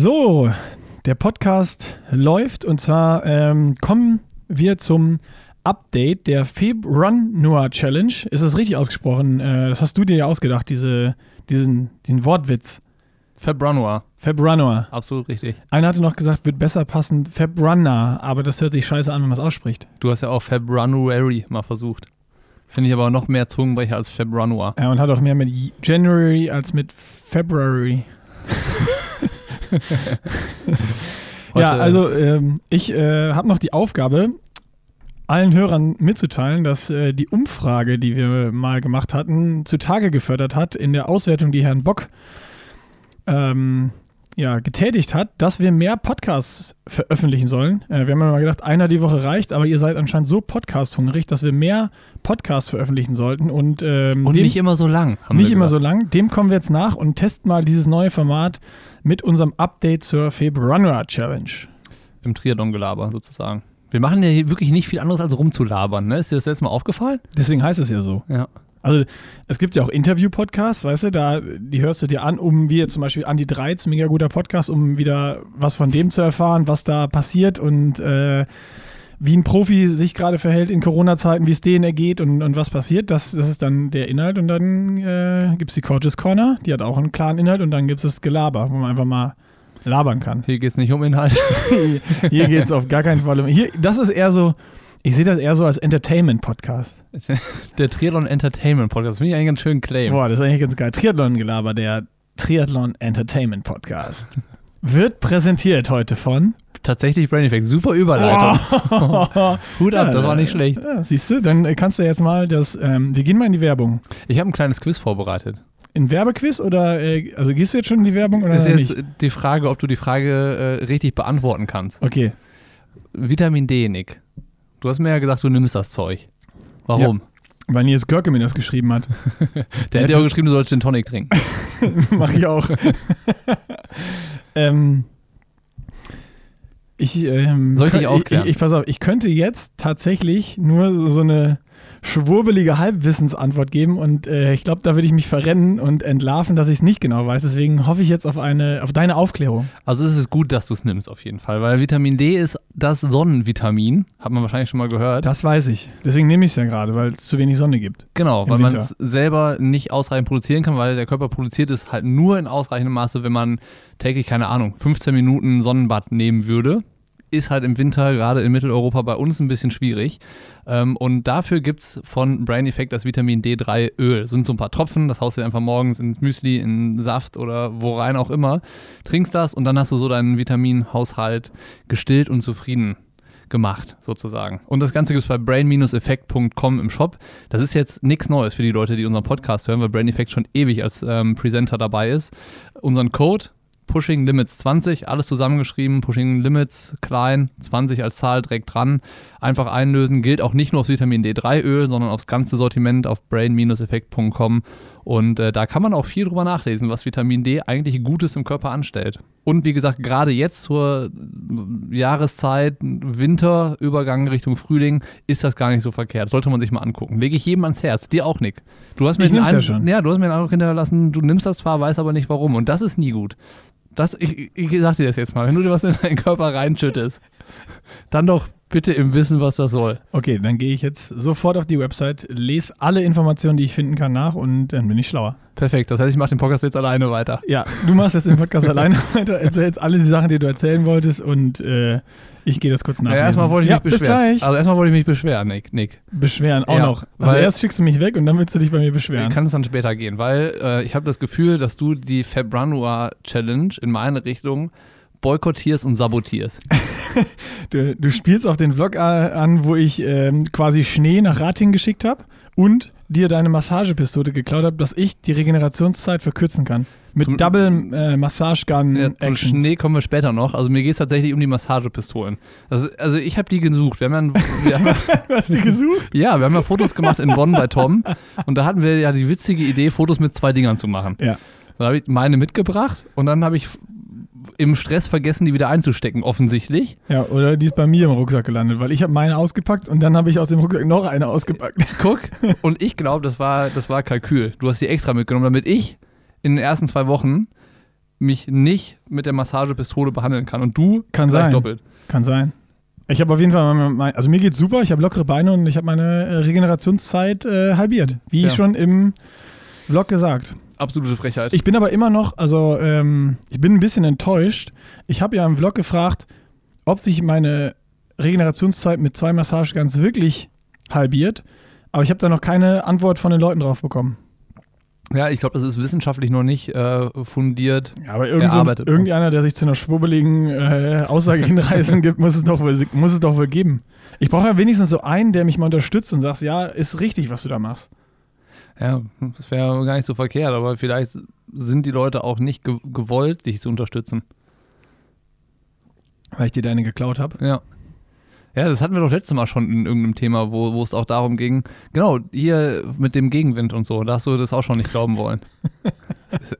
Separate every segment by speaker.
Speaker 1: So, der Podcast läuft und zwar ähm, kommen wir zum Update der Feb Run Noir Challenge. Ist das richtig ausgesprochen? Äh, das hast du dir ja ausgedacht, diese, diesen, diesen Wortwitz.
Speaker 2: Februar,
Speaker 1: Feb Run Noir.
Speaker 2: absolut richtig.
Speaker 1: Einer hatte noch gesagt, wird besser passen, Feb Runner, aber das hört sich scheiße an, wenn man es ausspricht.
Speaker 2: Du hast ja auch February mal versucht. Finde ich aber noch mehr Zungenbrecher als Februar.
Speaker 1: Ja, und hat auch mehr mit January als mit February. ja,
Speaker 2: Heute-
Speaker 1: also ähm, ich äh, habe noch die Aufgabe, allen Hörern mitzuteilen, dass äh, die Umfrage, die wir mal gemacht hatten, zutage gefördert hat in der Auswertung, die Herrn Bock ähm, ja, getätigt hat, dass wir mehr Podcasts veröffentlichen sollen. Äh, wir haben ja mal gedacht, einer die Woche reicht, aber ihr seid anscheinend so podcast-hungrig, dass wir mehr Podcasts veröffentlichen sollten. Und, ähm,
Speaker 2: Und
Speaker 1: dem-
Speaker 2: nicht immer so lang. haben
Speaker 1: nicht
Speaker 2: wir
Speaker 1: immer so
Speaker 2: gesagt.
Speaker 1: lang. Dem kommen wir jetzt nach und testen mal dieses neue Format mit unserem Update zur Februar Challenge.
Speaker 2: Im Triathlon-Gelaber sozusagen. Wir machen ja hier wirklich nicht viel anderes als rumzulabern. Ne? Ist dir das letzte Mal aufgefallen?
Speaker 1: Deswegen heißt es ja so.
Speaker 2: Ja.
Speaker 1: Also es gibt ja auch Interview-Podcasts, weißt du, da die hörst du dir an, um wie zum Beispiel Andi 13, mega guter Podcast, um wieder was von dem zu erfahren, was da passiert und äh, wie ein Profi sich gerade verhält in Corona-Zeiten, wie es denen ergeht und, und was passiert. Das, das ist dann der Inhalt und dann äh, gibt es die Coaches Corner, die hat auch einen klaren Inhalt und dann gibt es das Gelaber, wo man einfach mal labern kann.
Speaker 2: Hier geht es nicht um Inhalt.
Speaker 1: Hier geht es auf gar keinen Fall um. Hier, das ist eher so, ich sehe das eher so als Entertainment-Podcast.
Speaker 2: Der Triathlon Entertainment Podcast. Finde ich eigentlich einen ganz schönen Claim.
Speaker 1: Boah, das ist eigentlich ganz geil. Triathlon-Gelaber, der Triathlon Entertainment Podcast. Wird präsentiert heute von.
Speaker 2: Tatsächlich Brain Effect. Super Überleitung.
Speaker 1: Oh.
Speaker 2: Hut ab,
Speaker 1: Ja,
Speaker 2: das war nicht
Speaker 1: äh,
Speaker 2: schlecht.
Speaker 1: Ja, siehst du, dann kannst du jetzt mal das. Ähm, wir gehen mal in die Werbung.
Speaker 2: Ich habe ein kleines Quiz vorbereitet.
Speaker 1: In Werbequiz oder. Äh, also gehst du jetzt schon in die Werbung oder
Speaker 2: ist
Speaker 1: noch
Speaker 2: jetzt
Speaker 1: nicht?
Speaker 2: die Frage, ob du die Frage äh, richtig beantworten kannst.
Speaker 1: Okay.
Speaker 2: Vitamin D, Nick. Du hast mir ja gesagt, du nimmst das Zeug. Warum?
Speaker 1: Weil Nils Görke mir das geschrieben hat.
Speaker 2: Der hätte ja auch geschrieben, du sollst den Tonic trinken.
Speaker 1: Mach ich auch. ähm, ich, ähm,
Speaker 2: Soll ich dich
Speaker 1: kö-
Speaker 2: aufklären?
Speaker 1: Ich, ich, pass auf, ich könnte jetzt tatsächlich nur so, so eine schwurbelige Halbwissensantwort geben und äh, ich glaube, da würde ich mich verrennen und entlarven, dass ich es nicht genau weiß. Deswegen hoffe ich jetzt auf eine, auf deine Aufklärung.
Speaker 2: Also es ist gut, dass du es nimmst auf jeden Fall, weil Vitamin D ist das Sonnenvitamin, hat man wahrscheinlich schon mal gehört.
Speaker 1: Das weiß ich. Deswegen nehme ich es ja gerade, weil es zu wenig Sonne gibt.
Speaker 2: genau,
Speaker 1: im
Speaker 2: weil man
Speaker 1: Winter.
Speaker 2: es selber nicht ausreichend produzieren kann, weil der Körper produziert es halt nur in ausreichendem Maße, wenn man täglich, keine Ahnung, 15 Minuten Sonnenbad nehmen würde. Ist halt im Winter, gerade in Mitteleuropa, bei uns ein bisschen schwierig. Ähm, und dafür gibt es von Brain Effect das Vitamin D3-Öl. Sind so ein paar Tropfen, das haust du dir einfach morgens ins Müsli, in Saft oder wo rein auch immer. Trinkst das und dann hast du so deinen Vitaminhaushalt gestillt und zufrieden gemacht, sozusagen. Und das Ganze gibt es bei brain-effekt.com im Shop. Das ist jetzt nichts Neues für die Leute, die unseren Podcast hören, weil Brain Effect schon ewig als ähm, Presenter dabei ist. Unseren Code Pushing Limits 20, alles zusammengeschrieben, Pushing Limits klein, 20 als Zahl direkt dran, einfach einlösen, gilt auch nicht nur aufs Vitamin D3 Öl, sondern aufs ganze Sortiment auf brain-effekt.com und äh, da kann man auch viel drüber nachlesen, was Vitamin D eigentlich Gutes im Körper anstellt. Und wie gesagt, gerade jetzt zur äh, Jahreszeit, Winterübergang Richtung Frühling, ist das gar nicht so verkehrt. Sollte man sich mal angucken. Lege ich jedem ans Herz, dir auch, Nick. Du hast mir
Speaker 1: Ich
Speaker 2: den
Speaker 1: nimm's ja
Speaker 2: Ein-
Speaker 1: schon.
Speaker 2: ja, du hast mir den Eindruck hinterlassen, du nimmst das zwar, weißt aber nicht warum. Und das ist nie gut. Das, ich, ich sag dir das jetzt mal, wenn du dir was in deinen Körper reinschüttest, dann doch bitte im Wissen, was das soll.
Speaker 1: Okay, dann gehe ich jetzt sofort auf die Website, lese alle Informationen, die ich finden kann, nach und dann bin ich schlauer.
Speaker 2: Perfekt, das heißt, ich mache den Podcast jetzt alleine weiter.
Speaker 1: Ja, du machst jetzt den Podcast alleine weiter, erzählst alle die Sachen, die du erzählen wolltest und äh, ich gehe das kurz
Speaker 2: Ja,
Speaker 1: nachlesen.
Speaker 2: erstmal wollte ich
Speaker 1: ja,
Speaker 2: mich beschweren.
Speaker 1: Bis gleich.
Speaker 2: Also erstmal wollte ich mich beschweren, Nick. Nick.
Speaker 1: Beschweren auch
Speaker 2: Ja,
Speaker 1: noch. Also
Speaker 2: weil-
Speaker 1: erst schickst du mich weg und dann willst du dich bei mir beschweren.
Speaker 2: Kann es dann später gehen, weil äh, ich habe das Gefühl, dass du die Februar Challenge in meine Richtung boykottierst und sabotierst.
Speaker 1: Du, du spielst auf den Vlog a- an, wo ich ähm, quasi Schnee nach Rating geschickt habe und dir deine Massagepistole geklaut habe, dass ich die Regenerationszeit verkürzen kann. Mit
Speaker 2: Zum-
Speaker 1: Double äh, Massage Gun
Speaker 2: Ja, zum
Speaker 1: Actions.
Speaker 2: Schnee kommen wir später noch. Also mir geht es tatsächlich um die Massagepistolen. Das, also ich habe die gesucht. Wir haben ja, ein- wir haben ja
Speaker 1: Hast du gesucht?
Speaker 2: Ja, wir haben ja Fotos gemacht in Bonn bei Tom und da hatten wir ja die witzige Idee, Fotos mit zwei Dingern zu machen.
Speaker 1: Ja.
Speaker 2: Dann habe ich meine mitgebracht und dann habe ich f- im Stress vergessen, die wieder einzustecken, offensichtlich.
Speaker 1: Ja, oder die ist bei mir im Rucksack gelandet, weil ich habe meine ausgepackt und dann habe ich aus dem Rucksack noch eine ausgepackt.
Speaker 2: Guck, und ich glaube, das war, das war Kalkül. Du hast die extra mitgenommen, damit ich in den ersten zwei Wochen mich nicht mit der Massagepistole behandeln kann. Und du
Speaker 1: Kann
Speaker 2: gleich
Speaker 1: sein.
Speaker 2: doppelt.
Speaker 1: Kann sein. Ich habe auf jeden Fall, mein- mein, also mir geht's super, ich habe lockere Beine und ich habe meine äh, Regenerationszeit äh, halbiert, wie
Speaker 2: Ja.
Speaker 1: schon im Vlog gesagt.
Speaker 2: Absolute Frechheit.
Speaker 1: Ich bin aber immer noch, also ähm, ich bin ein bisschen enttäuscht. Ich habe ja im Vlog gefragt, ob sich meine Regenerationszeit mit zwei Massagegans wirklich halbiert, aber ich habe da noch keine Antwort von den Leuten drauf bekommen.
Speaker 2: ja, ich glaube, das ist wissenschaftlich noch nicht äh, fundiert.
Speaker 1: Ja, aber irgend so,
Speaker 2: Erarbeitet.
Speaker 1: irgendeiner, der sich zu einer schwurbeligen äh, Aussage hinreißen gibt, muss es, doch wohl, muss es doch wohl geben. Ich brauche ja wenigstens so einen, der mich mal unterstützt und sagt, ja, ist richtig, was du da machst.
Speaker 2: Ja, das wäre gar nicht so verkehrt, aber vielleicht sind die Leute auch nicht ge gewollt, dich zu unterstützen.
Speaker 1: Weil ich dir deine geklaut habe.
Speaker 2: Ja. Ja, das hatten wir doch letztes Mal schon in irgendeinem Thema, wo, wo es auch darum ging, genau, hier mit dem Gegenwind und so, da hast du das auch schon nicht glauben wollen.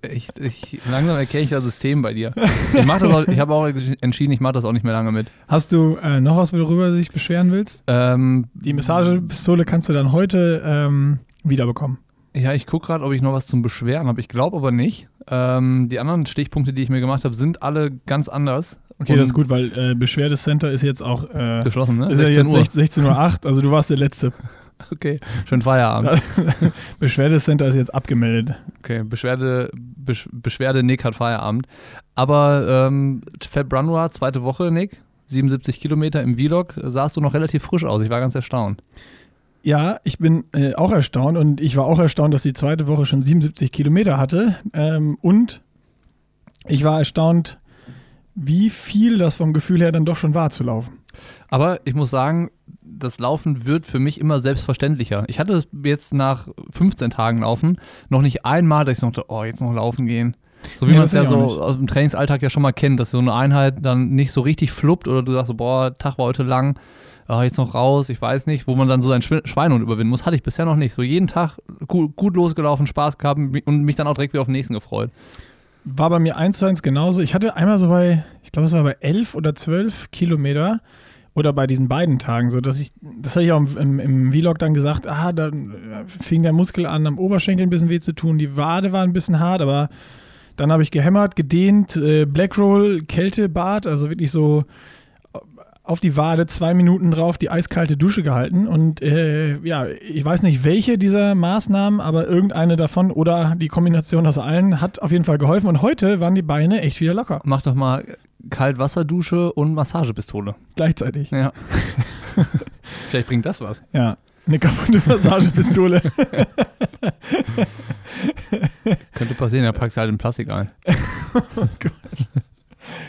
Speaker 2: ich, ich, langsam erkenne ich das System bei dir. Ich, mach das auch, ich habe auch entschieden, ich mache das auch nicht mehr lange mit.
Speaker 1: Hast du äh, noch was, worüber du dich beschweren willst?
Speaker 2: Ähm,
Speaker 1: Die Massagepistole kannst du dann heute ähm, wiederbekommen.
Speaker 2: ja, ich gucke gerade, ob ich noch was zum Beschweren habe. Ich glaube aber nicht. Ähm, die anderen Stichpunkte, die ich mir gemacht habe, sind alle ganz anders.
Speaker 1: Okay,
Speaker 2: Und
Speaker 1: das ist gut, weil äh, Beschwerdecenter ist jetzt auch äh,
Speaker 2: Geschlossen, ne?
Speaker 1: ist ja jetzt 16 Uhr. 16.08 Uhr, also du warst der Letzte.
Speaker 2: Okay, schönen Feierabend.
Speaker 1: Beschwerdecenter ist jetzt abgemeldet.
Speaker 2: Okay, Beschwerde, Besch Beschwerde, Nick hat Feierabend. Aber ähm, Feb Januar, zweite Woche, Nick, 77 Kilometer im Vlog, äh, sahst du noch relativ frisch aus. Ich war ganz erstaunt.
Speaker 1: Ja, ich bin äh, auch erstaunt und ich war auch erstaunt, dass die zweite Woche schon 77 Kilometer hatte. Ähm, und ich war erstaunt, wie viel das vom Gefühl her dann doch schon war zu laufen.
Speaker 2: Aber ich muss sagen, das Laufen wird für mich immer selbstverständlicher. Ich hatte es jetzt nach 15 Tagen Laufen noch nicht einmal, dass ich dachte, oh, jetzt noch laufen gehen. So wie
Speaker 1: Nee,
Speaker 2: man
Speaker 1: das
Speaker 2: es ja
Speaker 1: ich
Speaker 2: so
Speaker 1: auch nicht.
Speaker 2: aus dem Trainingsalltag ja schon mal kennt, dass so eine Einheit dann nicht so richtig fluppt oder du sagst so, boah, Tag war heute lang, ah, jetzt noch raus, ich weiß nicht, wo man dann so seinen Schwe- Schweinehund überwinden muss, hatte ich bisher noch nicht. So jeden Tag gut, gut losgelaufen, Spaß gehabt und mich dann auch direkt wieder auf den nächsten gefreut.
Speaker 1: War bei mir eins zu eins genauso. Ich hatte einmal so bei, ich glaube, es war bei 11 oder 12 Kilometer oder bei diesen beiden Tagen so, dass ich, das hatte ich auch im, im, im Vlog dann gesagt, ah, da äh, fing der Muskel an, am Oberschenkel ein bisschen weh zu tun, die Wade war ein bisschen hart, aber dann habe ich gehämmert, gedehnt, äh, Blackroll, Kältebad, also wirklich so auf die Wade zwei Minuten drauf die eiskalte Dusche gehalten und äh, ja, ich weiß nicht welche dieser Maßnahmen, aber irgendeine davon oder die Kombination aus allen hat auf jeden Fall geholfen und heute waren die Beine echt wieder locker,
Speaker 2: Mach doch mal Kaltwasserdusche und Massagepistole.
Speaker 1: gleichzeitig.
Speaker 2: Ja. Vielleicht bringt das was.
Speaker 1: Ja, eine kaputte Massagepistole.
Speaker 2: Könnte passieren, da packst du halt in Plastik ein.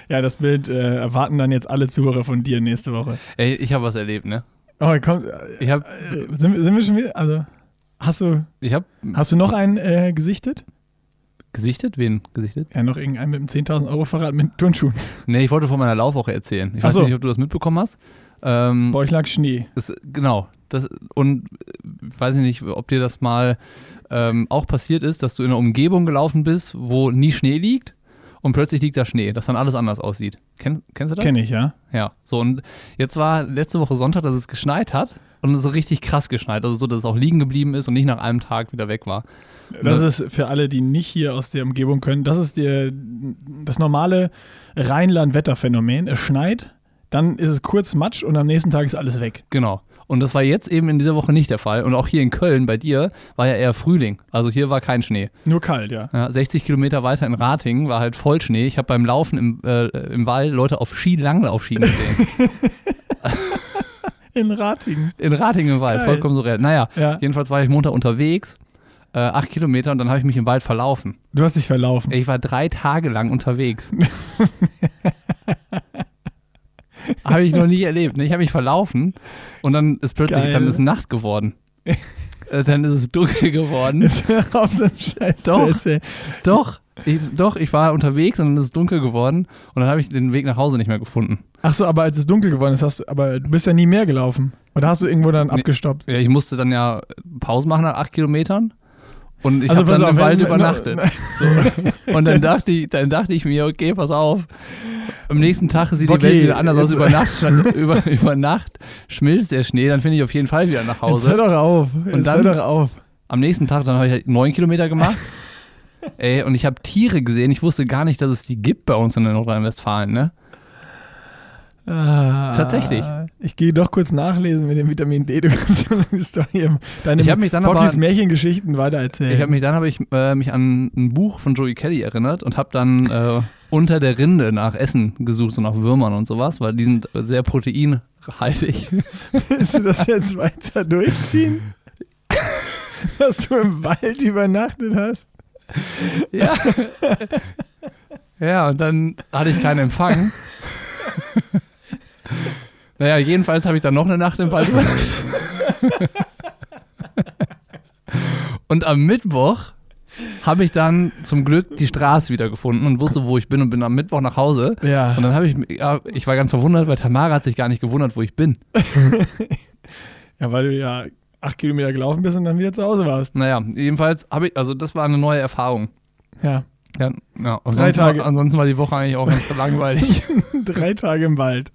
Speaker 1: ja, das Bild äh, erwarten dann jetzt alle Zuhörer von dir nächste Woche.
Speaker 2: Ey, ich habe was erlebt, ne?
Speaker 1: Oh, komm, äh,
Speaker 2: Ich habe
Speaker 1: äh, sind, wir- sind wir schon wieder, also hast du,
Speaker 2: ich hab
Speaker 1: hast du noch einen äh, gesichtet?
Speaker 2: gesichtet? Wen gesichtet?
Speaker 1: Ja, noch irgendeinen mit einem 10.000 Euro Fahrrad mit Turnschuhen.
Speaker 2: Nee, ich wollte von meiner Laufwoche erzählen. Ich
Speaker 1: Ach
Speaker 2: weiß
Speaker 1: so.
Speaker 2: nicht, ob du das mitbekommen hast. Ähm,
Speaker 1: Bei euch lag Schnee.
Speaker 2: das, genau. Das, und äh, ich weiß nicht, ob dir das mal ähm, auch passiert ist, dass du in einer Umgebung gelaufen bist, wo nie Schnee liegt und plötzlich liegt da Schnee, dass dann alles anders aussieht. Kenn, kennst du das?
Speaker 1: Kenne ich, ja.
Speaker 2: Ja. So, und jetzt war letzte Woche Sonntag, dass es geschneit hat und es so richtig krass geschneit. Also so, dass es auch liegen geblieben ist und nicht nach einem Tag wieder weg war.
Speaker 1: Das
Speaker 2: Ne?
Speaker 1: ist für alle, die nicht hier aus der Umgebung können, das ist der, das normale Rheinland-Wetterphänomen. Es schneit, dann ist es kurz Matsch und am nächsten Tag ist alles weg.
Speaker 2: Genau. Und das war jetzt eben in dieser Woche nicht der Fall. Und auch hier in Köln bei dir war ja eher Frühling. Also hier war kein Schnee.
Speaker 1: Nur kalt, ja.
Speaker 2: Ja, 60 Kilometer weiter in Ratingen war halt Vollschnee. Ich habe beim Laufen im, äh, im Wald Leute auf Ski Langlaufschienen gesehen.
Speaker 1: In Ratingen.
Speaker 2: in Ratingen im Wald,
Speaker 1: Geil.
Speaker 2: vollkommen surreal. Naja,
Speaker 1: Ja.
Speaker 2: jedenfalls war ich Montag unterwegs, äh, acht Kilometer und dann habe ich mich im Wald verlaufen.
Speaker 1: Du hast dich verlaufen.
Speaker 2: Ich war drei Tage lang unterwegs. habe ich noch nie erlebt. Ne? Ich habe mich verlaufen und dann ist plötzlich,
Speaker 1: Geil.
Speaker 2: dann ist Nacht geworden. Äh, dann ist es dunkel geworden.
Speaker 1: Ist mir auf so einen Scheiß
Speaker 2: Doch.
Speaker 1: zu erzählen.
Speaker 2: doch, ich, doch, ich war unterwegs und dann ist es dunkel geworden und dann habe ich den Weg nach Hause nicht mehr gefunden.
Speaker 1: Ach so, aber als es dunkel geworden ist, hast du, aber du bist ja nie mehr gelaufen. Oder hast du irgendwo dann
Speaker 2: Nee.
Speaker 1: abgestoppt?
Speaker 2: Ja, ich musste dann ja Pause machen nach acht Kilometern. Und ich habe
Speaker 1: Also pass
Speaker 2: dann
Speaker 1: auf,
Speaker 2: im
Speaker 1: wenn-
Speaker 2: Wald
Speaker 1: wenn-
Speaker 2: übernachtet. So. Und dann dachte, ich, dann dachte ich mir, okay, pass auf. Am nächsten Tag sieht
Speaker 1: Bocky,
Speaker 2: die Welt wieder anders aus.
Speaker 1: jetzt-
Speaker 2: Über Nacht, sch- über, über Nacht schmilzt der Schnee, dann finde ich auf jeden Fall wieder nach
Speaker 1: Jetzt hör
Speaker 2: Hause.
Speaker 1: doch auf. Jetzt
Speaker 2: dann-
Speaker 1: hör doch auf.
Speaker 2: Am nächsten Tag, dann habe ich halt neun Kilometer gemacht. Ey, und ich habe Tiere gesehen. Ich wusste gar nicht, dass es die gibt bei uns in Nordrhein-Westfalen, ne?
Speaker 1: Ah,
Speaker 2: Tatsächlich.
Speaker 1: Ich gehe doch kurz nachlesen mit dem Vitamin D. Du kannst die Story im- deine
Speaker 2: Ich hab mich dann aber-
Speaker 1: Pottys Märchengeschichten weitererzählen.
Speaker 2: Ich habe mich dann habe ich äh, mich an ein Buch von Joey Kelly erinnert und habe dann äh, unter der Rinde nach Essen gesucht, so nach Würmern und sowas, weil die sind äh, sehr proteinhaltig.
Speaker 1: Willst du das jetzt weiter durchziehen? Dass du im Wald übernachtet hast?
Speaker 2: ja. ja, und dann hatte ich keinen Empfang. naja, jedenfalls habe ich dann noch eine Nacht im Wald verbracht. Und am Mittwoch habe ich dann zum Glück die Straße wieder gefunden und wusste, wo ich bin und bin am Mittwoch nach Hause.
Speaker 1: Ja.
Speaker 2: Und dann habe ich, mi- ja, ich war ganz verwundert, weil Tamara hat sich gar nicht gewundert, wo ich bin.
Speaker 1: Ja, weil du ja acht Kilometer gelaufen bist und dann wieder zu Hause warst.
Speaker 2: Naja, jedenfalls habe ich, also das war eine neue Erfahrung.
Speaker 1: Ja.
Speaker 2: Ja, ja, ansonsten,
Speaker 1: Tage.
Speaker 2: war, ansonsten war die Woche eigentlich auch ganz langweilig.
Speaker 1: Drei Tage im Wald.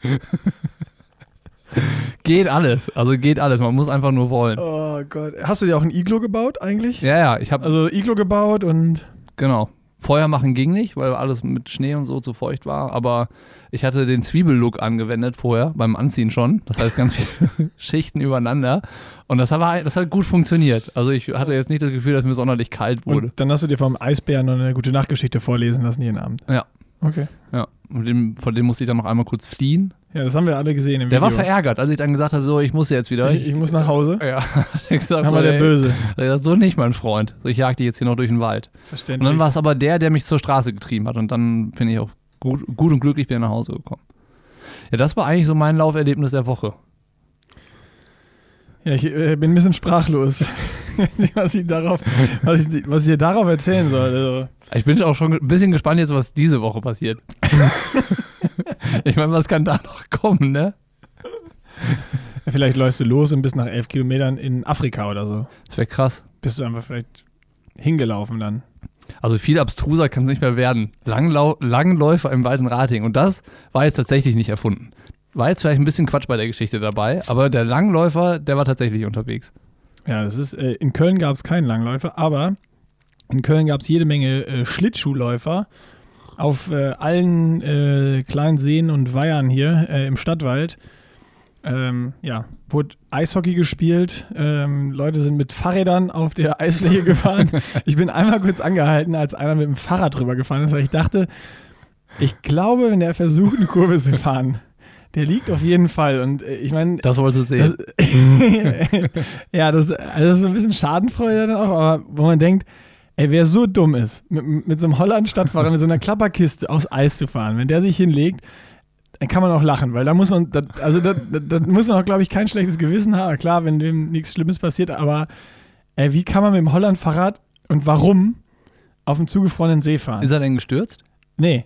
Speaker 2: geht alles, also geht alles, man muss einfach nur wollen.
Speaker 1: Oh Gott. Hast du dir auch ein Iglo gebaut eigentlich?
Speaker 2: Ja, ja, ich habe,
Speaker 1: Also Iglo gebaut und.
Speaker 2: genau, Feuer machen ging nicht, weil alles mit Schnee und so zu feucht war, aber ich hatte den Zwiebellook angewendet vorher, beim Anziehen schon, das heißt ganz viele Schichten übereinander und das, war, das hat gut funktioniert. Also ich hatte jetzt nicht das Gefühl, dass mir sonderlich kalt wurde.
Speaker 1: und dann hast du dir vom Eisbären noch eine gute Nachtgeschichte vorlesen lassen jeden Abend.
Speaker 2: Ja.
Speaker 1: Okay.
Speaker 2: Ja, und dem, von dem musste ich dann noch einmal kurz fliehen.
Speaker 1: Ja, das haben wir alle gesehen im
Speaker 2: Der war
Speaker 1: Video.
Speaker 2: verärgert, als ich dann gesagt habe, so, ich muss jetzt wieder.
Speaker 1: ich, ich muss nach Hause.
Speaker 2: ja, hat er gesagt,
Speaker 1: Hammer
Speaker 2: so,
Speaker 1: der
Speaker 2: ey,
Speaker 1: Böse.
Speaker 2: hat er gesagt, so nicht, mein Freund. So, ich jag die jetzt hier noch durch den Wald. Und
Speaker 1: Verständlich.
Speaker 2: dann war es aber der, der mich zur Straße getrieben hat. Und dann bin ich auch gut, gut und glücklich wieder nach Hause gekommen. Ja, das war eigentlich so mein Lauferlebnis der Woche.
Speaker 1: Ja, ich äh, bin ein bisschen sprachlos, was ich darauf, was ich, was ich dir darauf erzählen soll. Also,
Speaker 2: Ich bin auch schon ein bisschen gespannt jetzt, was diese Woche passiert. ich meine, was kann da noch kommen, ne?
Speaker 1: ja, vielleicht läufst du los und bist nach elf Kilometern in Afrika oder so.
Speaker 2: Das wäre krass.
Speaker 1: Bist du einfach vielleicht hingelaufen dann.
Speaker 2: Also viel abstruser kann es nicht mehr werden. Langlau Langläufer im Wald in Rating. Und das war jetzt tatsächlich nicht erfunden. War jetzt vielleicht ein bisschen Quatsch bei der Geschichte dabei, aber der Langläufer, der war tatsächlich unterwegs.
Speaker 1: Ja, das ist, äh, in Köln gab es keinen Langläufer, aber in Köln gab es jede Menge äh, Schlittschuhläufer auf äh, allen äh, kleinen Seen und Weihern hier äh, im Stadtwald. Ähm, ja, wurde Eishockey gespielt. Ähm, Leute sind mit Fahrrädern auf der Eisfläche gefahren. ich bin einmal kurz angehalten, als einer mit dem Fahrrad drüber gefahren ist, weil ich dachte, ich glaube, wenn der versucht, eine Kurve zu fahren, der liegt auf jeden Fall. Und äh, ich meine,
Speaker 2: Das wolltest du sehen.
Speaker 1: das, ja, das, also das ist so ein bisschen Schadenfreude dann auch, aber wo man denkt, ey, wer so dumm ist, mit, mit so einem Holland-Stadtfahrer, mit so einer Klapperkiste aufs Eis zu fahren, wenn der sich hinlegt, dann kann man auch lachen, weil da muss man, da, also da, da, da muss man auch, glaube ich, kein schlechtes Gewissen haben. Klar, wenn dem nichts Schlimmes passiert, aber ey, wie kann man mit dem Holland-Fahrrad und warum auf dem zugefrorenen See fahren?
Speaker 2: ist er denn gestürzt?
Speaker 1: Nee,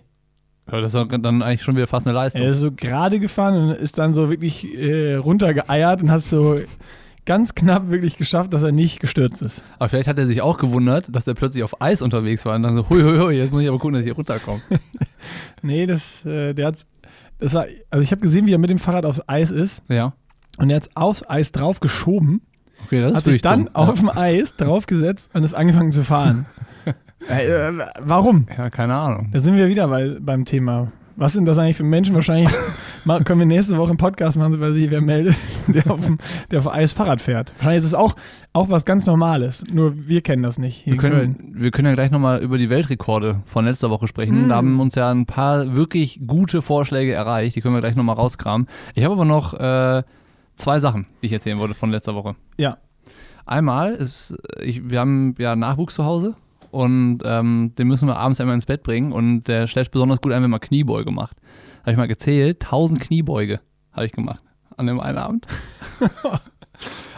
Speaker 2: Ja, das war dann eigentlich schon wieder fast eine Leistung.
Speaker 1: er ist so gerade gefahren und ist dann so wirklich äh, runtergeeiert und hat so ganz knapp wirklich geschafft, dass er nicht gestürzt ist.
Speaker 2: Aber vielleicht hat er sich auch gewundert, dass er plötzlich auf Eis unterwegs war und dann so, hui, hui, hui, jetzt muss ich aber gucken, dass ich hier runterkomme.
Speaker 1: Nee, das, äh, der hat's. Das war, also ich habe gesehen, wie er mit dem Fahrrad aufs Eis ist
Speaker 2: ja.
Speaker 1: und er hat's aufs Eis drauf geschoben,
Speaker 2: Okay, das
Speaker 1: hat
Speaker 2: ist wirklich
Speaker 1: sich dann
Speaker 2: dumm.
Speaker 1: auf dem Eis draufgesetzt und ist angefangen zu fahren. äh, äh, warum?
Speaker 2: ja. ja, keine Ahnung.
Speaker 1: Da sind wir wieder bei, beim Thema. Was sind das eigentlich für Menschen? Wahrscheinlich mal, können wir nächste Woche einen Podcast machen, weil sich wer meldet, der auf, dem, der auf Eis Fahrrad fährt. Wahrscheinlich ist es auch, auch was ganz Normales. Nur wir kennen das nicht hier
Speaker 2: Wir
Speaker 1: in Köln. Mhm.
Speaker 2: können, wir können ja gleich nochmal über die Weltrekorde von letzter Woche sprechen. Da haben uns ja ein paar wirklich gute Vorschläge erreicht. Die können wir gleich nochmal rauskramen. Ich habe aber noch äh, zwei Sachen, die ich erzählen wollte von letzter Woche.
Speaker 1: Ja.
Speaker 2: Einmal, ist, ich, wir haben ja Nachwuchs zu Hause und ähm, den müssen wir abends einmal ins Bett bringen und der schläft besonders gut ein, wenn man Kniebeuge macht. Habe ich mal gezählt, 1000 Kniebeuge habe ich gemacht an dem einen Abend.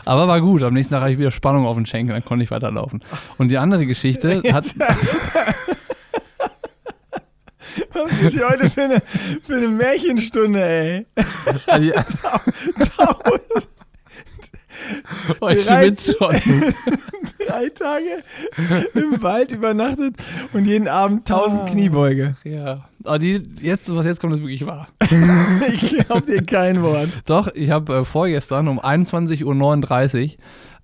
Speaker 2: Aber war gut, am nächsten Tag hatte ich wieder Spannung auf den Schenkel, dann konnte ich weiterlaufen. Und die andere Geschichte hat,
Speaker 1: Was ist hier heute für eine, für eine Märchenstunde, ey?
Speaker 2: die, oh, ich schwitze schon.
Speaker 1: drei Tage im Wald übernachtet und jeden Abend 1000 Kniebeuge.
Speaker 2: Ja. Aber die, jetzt, was jetzt kommt, ist wirklich wahr.
Speaker 1: Ich glaub dir kein Wort.
Speaker 2: Doch, ich habe äh, vorgestern um 21.39 Uhr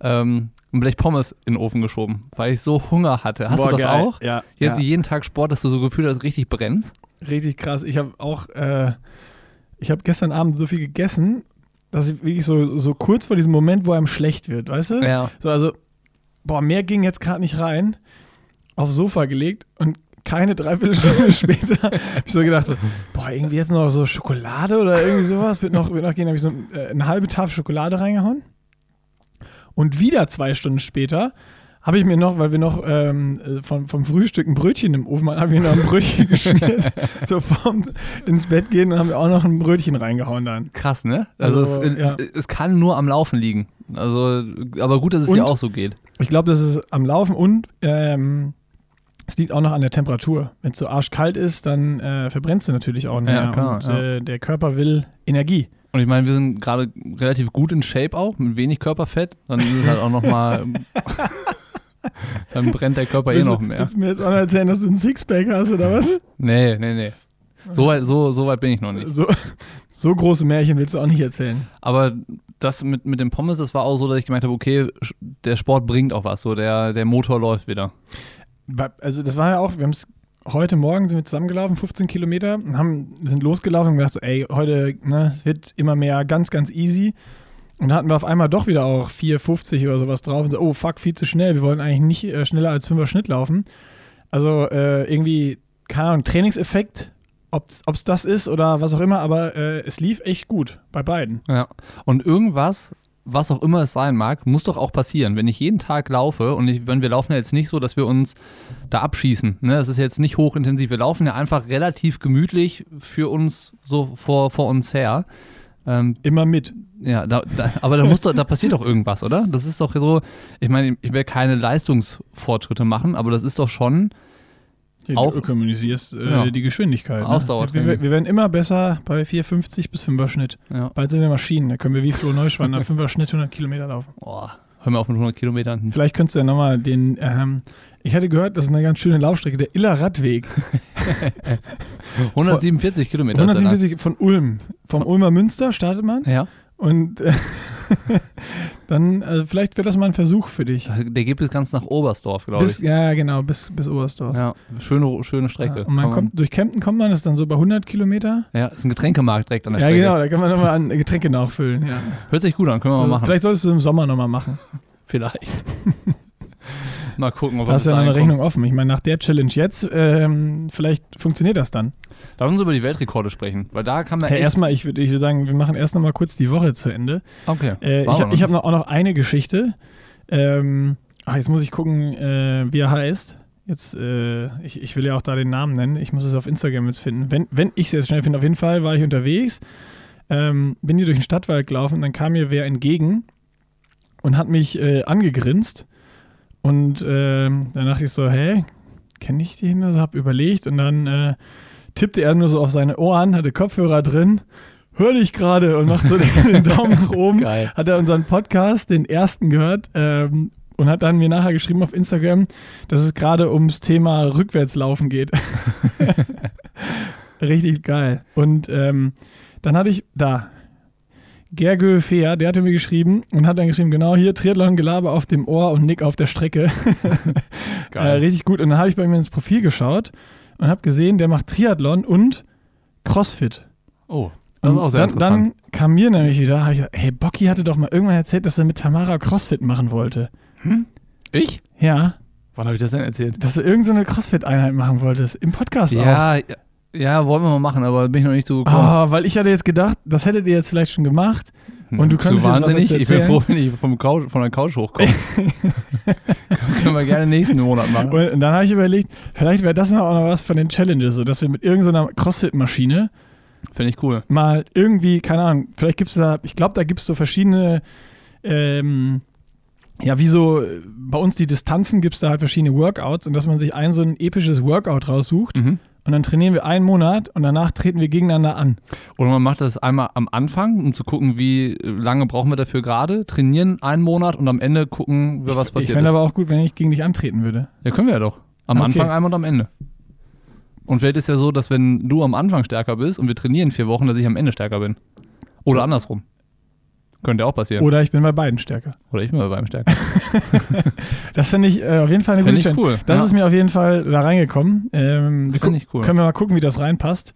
Speaker 2: ähm, ein Blech Pommes in den Ofen geschoben, weil ich so Hunger hatte. Hast
Speaker 1: Boah,
Speaker 2: du das
Speaker 1: geil.
Speaker 2: auch?
Speaker 1: Ja.
Speaker 2: Jetzt
Speaker 1: ja.
Speaker 2: jeden Tag Sport, dass du so Gefühl hast, richtig brennst.
Speaker 1: Richtig krass. Ich habe auch, äh, ich habe gestern Abend so viel gegessen, dass ich wirklich so, so kurz vor diesem Moment, wo einem schlecht wird, weißt du?
Speaker 2: Ja.
Speaker 1: So, also, boah, mehr ging jetzt gerade nicht rein. Aufs Sofa gelegt und keine Dreiviertelstunde später habe ich so gedacht, so, boah, irgendwie jetzt noch so Schokolade oder irgendwie sowas wird noch, wird noch gehen. habe ich so äh, eine halbe Tafel Schokolade reingehauen. Und wieder zwei Stunden später habe ich mir noch, weil wir noch ähm, äh, vom, vom Frühstück ein Brötchen im Ofen hatten, habe ich mir noch ein Brötchen geschmiert. So vorm ins Bett gehen und haben wir auch noch ein Brötchen reingehauen dann.
Speaker 2: Krass, ne? Also,
Speaker 1: Also,
Speaker 2: es,
Speaker 1: ja.
Speaker 2: es kann nur am Laufen liegen. Also, aber gut, dass es
Speaker 1: Und?
Speaker 2: dir auch so geht.
Speaker 1: Ich glaube, das ist am Laufen und ähm, es liegt auch noch an der Temperatur. Wenn es so arschkalt ist, dann äh, verbrennst du natürlich auch mehr.
Speaker 2: Ja, klar,
Speaker 1: und
Speaker 2: ja.
Speaker 1: äh, der Körper will Energie.
Speaker 2: Und ich meine, wir sind gerade relativ gut in Shape auch, mit wenig Körperfett. Dann ist es halt auch nochmal. dann brennt der Körper eh
Speaker 1: Willst du-
Speaker 2: noch mehr.
Speaker 1: Willst du mir jetzt auch noch erzählen, dass du einen Sixpack hast oder was?
Speaker 2: Nee, nee, nee. So weit, so, so weit bin ich noch nicht.
Speaker 1: So, so große Märchen willst du auch nicht erzählen.
Speaker 2: Aber das mit, mit dem Pommes, das war auch so, dass ich gemeint habe, okay, sch- der Sport bringt auch was. So, der, der Motor läuft wieder.
Speaker 1: Ba- Also das war ja auch, wir haben es heute Morgen sind wir zusammengelaufen, 15 Kilometer, und haben, sind losgelaufen und gedacht, so, ey, heute, ne, es wird immer mehr ganz, ganz easy. Und dann hatten wir auf einmal doch wieder auch 4,50 oder sowas drauf und so, oh fuck, viel zu schnell, wir wollen eigentlich nicht äh, schneller als 5er Schnitt laufen. Also äh, irgendwie, keine Ahnung, Trainingseffekt, ob es das ist oder was auch immer, aber äh, es lief echt gut bei beiden.
Speaker 2: Ja. Und irgendwas, was auch immer es sein mag, muss doch auch passieren. Wenn ich jeden Tag laufe und ich, wenn wir laufen ja jetzt nicht so, dass wir uns da abschießen. Ne? Das ist jetzt nicht hochintensiv. Wir laufen ja einfach relativ gemütlich für uns so vor, vor uns her. Ähm,
Speaker 1: Immer mit.
Speaker 2: ja, da, da, aber da muss doch, da passiert doch irgendwas, oder? Das ist doch so, ich meine, ich will keine Leistungsfortschritte machen, aber das ist doch schon,
Speaker 1: Hier,
Speaker 2: Auch-
Speaker 1: du kommunizierst äh,
Speaker 2: Ja.
Speaker 1: die Geschwindigkeit. Ne?
Speaker 2: Ausdauertraining.
Speaker 1: Wir, wir werden immer besser bei 4,50 bis 5er Schnitt.
Speaker 2: ja.
Speaker 1: Bald sind wir Maschinen, da können wir wie Flo Neuschwan nach 5er Schnitt 100 Kilometer laufen.
Speaker 2: Oh, hör mir auf mit 100 Kilometern.
Speaker 1: Vielleicht könntest du ja nochmal den, ähm, ich hatte gehört, das ist eine ganz schöne Laufstrecke, der Iller Radweg,
Speaker 2: 147 Kilometer. ist er lang.
Speaker 1: 147 von Ulm, vom Ulmer Münster startet man
Speaker 2: Ja,
Speaker 1: und äh, dann, äh, vielleicht wäre das mal ein Versuch für dich.
Speaker 2: der geht bis ganz nach Oberstdorf, glaube
Speaker 1: Bis,
Speaker 2: ich.
Speaker 1: ja, genau, bis, bis Oberstdorf.
Speaker 2: Ja, schöne, schöne Strecke.
Speaker 1: Ja, und man
Speaker 2: Kann
Speaker 1: kommt, durch Kempten kommt man, das ist dann so bei 100 Kilometer.
Speaker 2: Ja, ist ein Getränkemarkt direkt an der
Speaker 1: Ja,
Speaker 2: Strecke.
Speaker 1: genau, da kann man nochmal an Getränke nachfüllen. Ja.
Speaker 2: Hört sich gut an, können wir
Speaker 1: Also,
Speaker 2: mal machen.
Speaker 1: Vielleicht solltest du im Sommer nochmal machen.
Speaker 2: Vielleicht. mal gucken, ob
Speaker 1: Da
Speaker 2: wir
Speaker 1: hast du
Speaker 2: bis
Speaker 1: ja noch
Speaker 2: dahin
Speaker 1: eine
Speaker 2: kommen.
Speaker 1: Rechnung offen. Ich meine, nach der Challenge jetzt, ähm, vielleicht funktioniert das dann.
Speaker 2: Lass uns über die Weltrekorde sprechen, weil da kann man
Speaker 1: Ja,
Speaker 2: echt...
Speaker 1: erstmal, ich würde ich würd sagen, wir machen erst nochmal kurz die Woche zu Ende.
Speaker 2: Okay.
Speaker 1: Äh, ich
Speaker 2: War
Speaker 1: hab-
Speaker 2: noch
Speaker 1: ich habe noch, auch noch eine Geschichte. Ähm, ach, jetzt muss ich gucken, äh, wie er heißt. Jetzt, äh, ich, ich will ja auch da den Namen nennen. Ich muss es auf Instagram jetzt finden. Wenn, wenn ich es jetzt schnell finde, auf jeden Fall war ich unterwegs, ähm, bin hier durch den Stadtwald gelaufen und dann kam mir wer entgegen und hat mich äh, angegrinst. Und ähm, dann dachte ich so, hä, kenne ich den? Also hab überlegt und dann äh, tippte er nur so auf seine Ohren, hatte Kopfhörer drin, hör dich gerade und macht so den, den Daumen nach oben
Speaker 2: Geil.
Speaker 1: hat er unseren Podcast, den ersten, gehört ähm, und hat dann mir nachher geschrieben auf Instagram, dass es gerade ums Thema Rückwärtslaufen geht. Richtig geil. Und ähm, dann hatte ich da Gergö Fehr, der hatte mir geschrieben und hat dann geschrieben, genau hier Triathlon-Gelaber auf dem Ohr und Nick auf der Strecke. Äh,
Speaker 2: Geil.
Speaker 1: richtig gut. Und dann habe ich bei mir ins Profil geschaut und habe gesehen, der macht Triathlon und CrossFit.
Speaker 2: oh, das ist auch sehr
Speaker 1: dann,
Speaker 2: interessant.
Speaker 1: dann kam mir nämlich wieder, hab ich gesagt, hey, Bocky hatte doch mal irgendwann erzählt, dass er mit Tamara CrossFit machen wollte.
Speaker 2: ich?
Speaker 1: Ja,
Speaker 2: Wann habe ich das denn erzählt?
Speaker 1: dass du irgendeine so CrossFit-Einheit machen wolltest. Im Podcast auch.
Speaker 2: Ja, ja, ja, wollen wir mal machen, aber bin ich noch nicht so gekommen.
Speaker 1: Oh, weil ich hatte jetzt gedacht, das hättet ihr jetzt vielleicht schon gemacht.
Speaker 2: Hm,
Speaker 1: und du
Speaker 2: bist
Speaker 1: kannst jetzt was
Speaker 2: wahnsinnig.
Speaker 1: dazu
Speaker 2: Ich bin
Speaker 1: erzählen?
Speaker 2: froh, wenn ich vom Couch, von der Couch hochkomme. Können wir gerne nächsten Monat machen.
Speaker 1: Und dann habe ich überlegt, vielleicht wäre das noch auch noch was von den Challenges, so dass wir mit irgendeiner CrossFit-Maschine
Speaker 2: Finde ich cool.
Speaker 1: mal irgendwie, keine Ahnung, vielleicht gibt es da, ich glaube, da gibt es so verschiedene, ähm, ja, wie so äh, bei uns die Distanzen gibt es da halt verschiedene Workouts und dass man sich ein so ein episches Workout raussucht
Speaker 2: Mhm.
Speaker 1: Und dann trainieren wir einen Monat und danach treten wir gegeneinander an.
Speaker 2: Oder man macht das einmal am Anfang, um zu gucken, wie lange brauchen wir dafür gerade, trainieren einen Monat und am Ende gucken, wir, was
Speaker 1: ich
Speaker 2: passiert
Speaker 1: fände
Speaker 2: ist.
Speaker 1: aber auch gut, wenn ich gegen dich antreten würde.
Speaker 2: Ja, können wir ja doch. Am
Speaker 1: Okay.
Speaker 2: Anfang einmal und am Ende. Und vielleicht ist ja so, dass wenn du am Anfang stärker bist und wir trainieren vier Wochen, dass ich am Ende stärker bin. Oder andersrum. Könnte auch passieren.
Speaker 1: Oder ich bin bei beiden stärker.
Speaker 2: Oder ich bin mal beim Stärken.
Speaker 1: Das finde ich äh, auf jeden Fall eine
Speaker 2: Finde
Speaker 1: gute
Speaker 2: ich
Speaker 1: Challenge.
Speaker 2: cool.
Speaker 1: Das
Speaker 2: ja.
Speaker 1: ist mir auf jeden Fall da reingekommen. Ähm, wir
Speaker 2: Das finde ich cool.
Speaker 1: Können wir mal gucken, wie das reinpasst.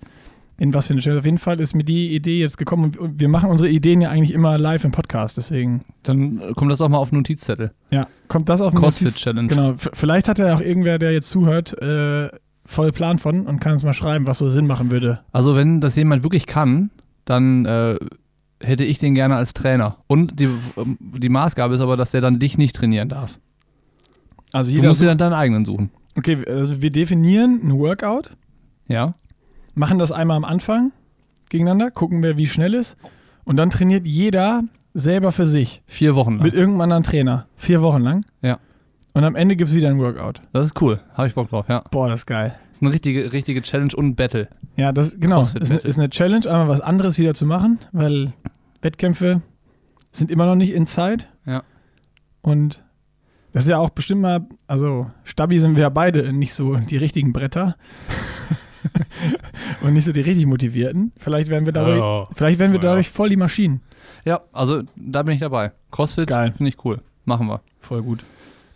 Speaker 1: In was für eine Challenge. Auf jeden Fall ist mir die Idee jetzt gekommen. Und- Und wir machen unsere Ideen ja eigentlich immer live im Podcast. Deswegen,
Speaker 2: Dann äh, kommt das auch mal auf einen Notizzettel.
Speaker 1: ja, kommt das auf den Notiz-
Speaker 2: Crossfit-Challenge.
Speaker 1: Genau. V- Vielleicht hat ja auch irgendwer, der jetzt zuhört, äh, voll Plan von und kann uns mal schreiben, was so Sinn machen würde.
Speaker 2: Also wenn das jemand wirklich kann, dann äh, hätte ich den gerne als Trainer. Und die, ähm, die Maßgabe ist aber, dass der dann dich nicht trainieren darf.
Speaker 1: Also
Speaker 2: Du
Speaker 1: jeder.
Speaker 2: musst dir dann deinen eigenen suchen.
Speaker 1: okay, also wir definieren ein Workout,
Speaker 2: Ja?
Speaker 1: machen das einmal am Anfang gegeneinander, gucken wir, wie schnell ist. Und dann trainiert jeder selber für sich.
Speaker 2: Vier Wochen lang.
Speaker 1: Mit irgendeinem anderen Trainer. Vier Wochen lang.
Speaker 2: Ja.
Speaker 1: Und am Ende gibt es wieder ein Workout.
Speaker 2: Das ist cool. Habe ich Bock drauf, ja.
Speaker 1: Boah, das ist geil.
Speaker 2: Das ist eine richtige, richtige Challenge und Battle.
Speaker 1: Ja, das genau.
Speaker 2: Crossfit
Speaker 1: Ist, ne-
Speaker 2: Battle.
Speaker 1: ist eine Challenge, einmal was anderes wieder zu machen, weil Wettkämpfe sind immer noch nicht in Zeit.
Speaker 2: Ja.
Speaker 1: Und das ist ja auch bestimmt mal, also Stabi sind wir ja beide nicht so die richtigen Bretter. Und nicht so die richtig motivierten. Vielleicht werden wir dadurch, vielleicht werden wir
Speaker 2: Ja.
Speaker 1: dadurch voll die Maschinen.
Speaker 2: Ja, also da bin ich dabei. Crossfit
Speaker 1: Geil.
Speaker 2: finde ich cool. Machen wir.
Speaker 1: Voll gut.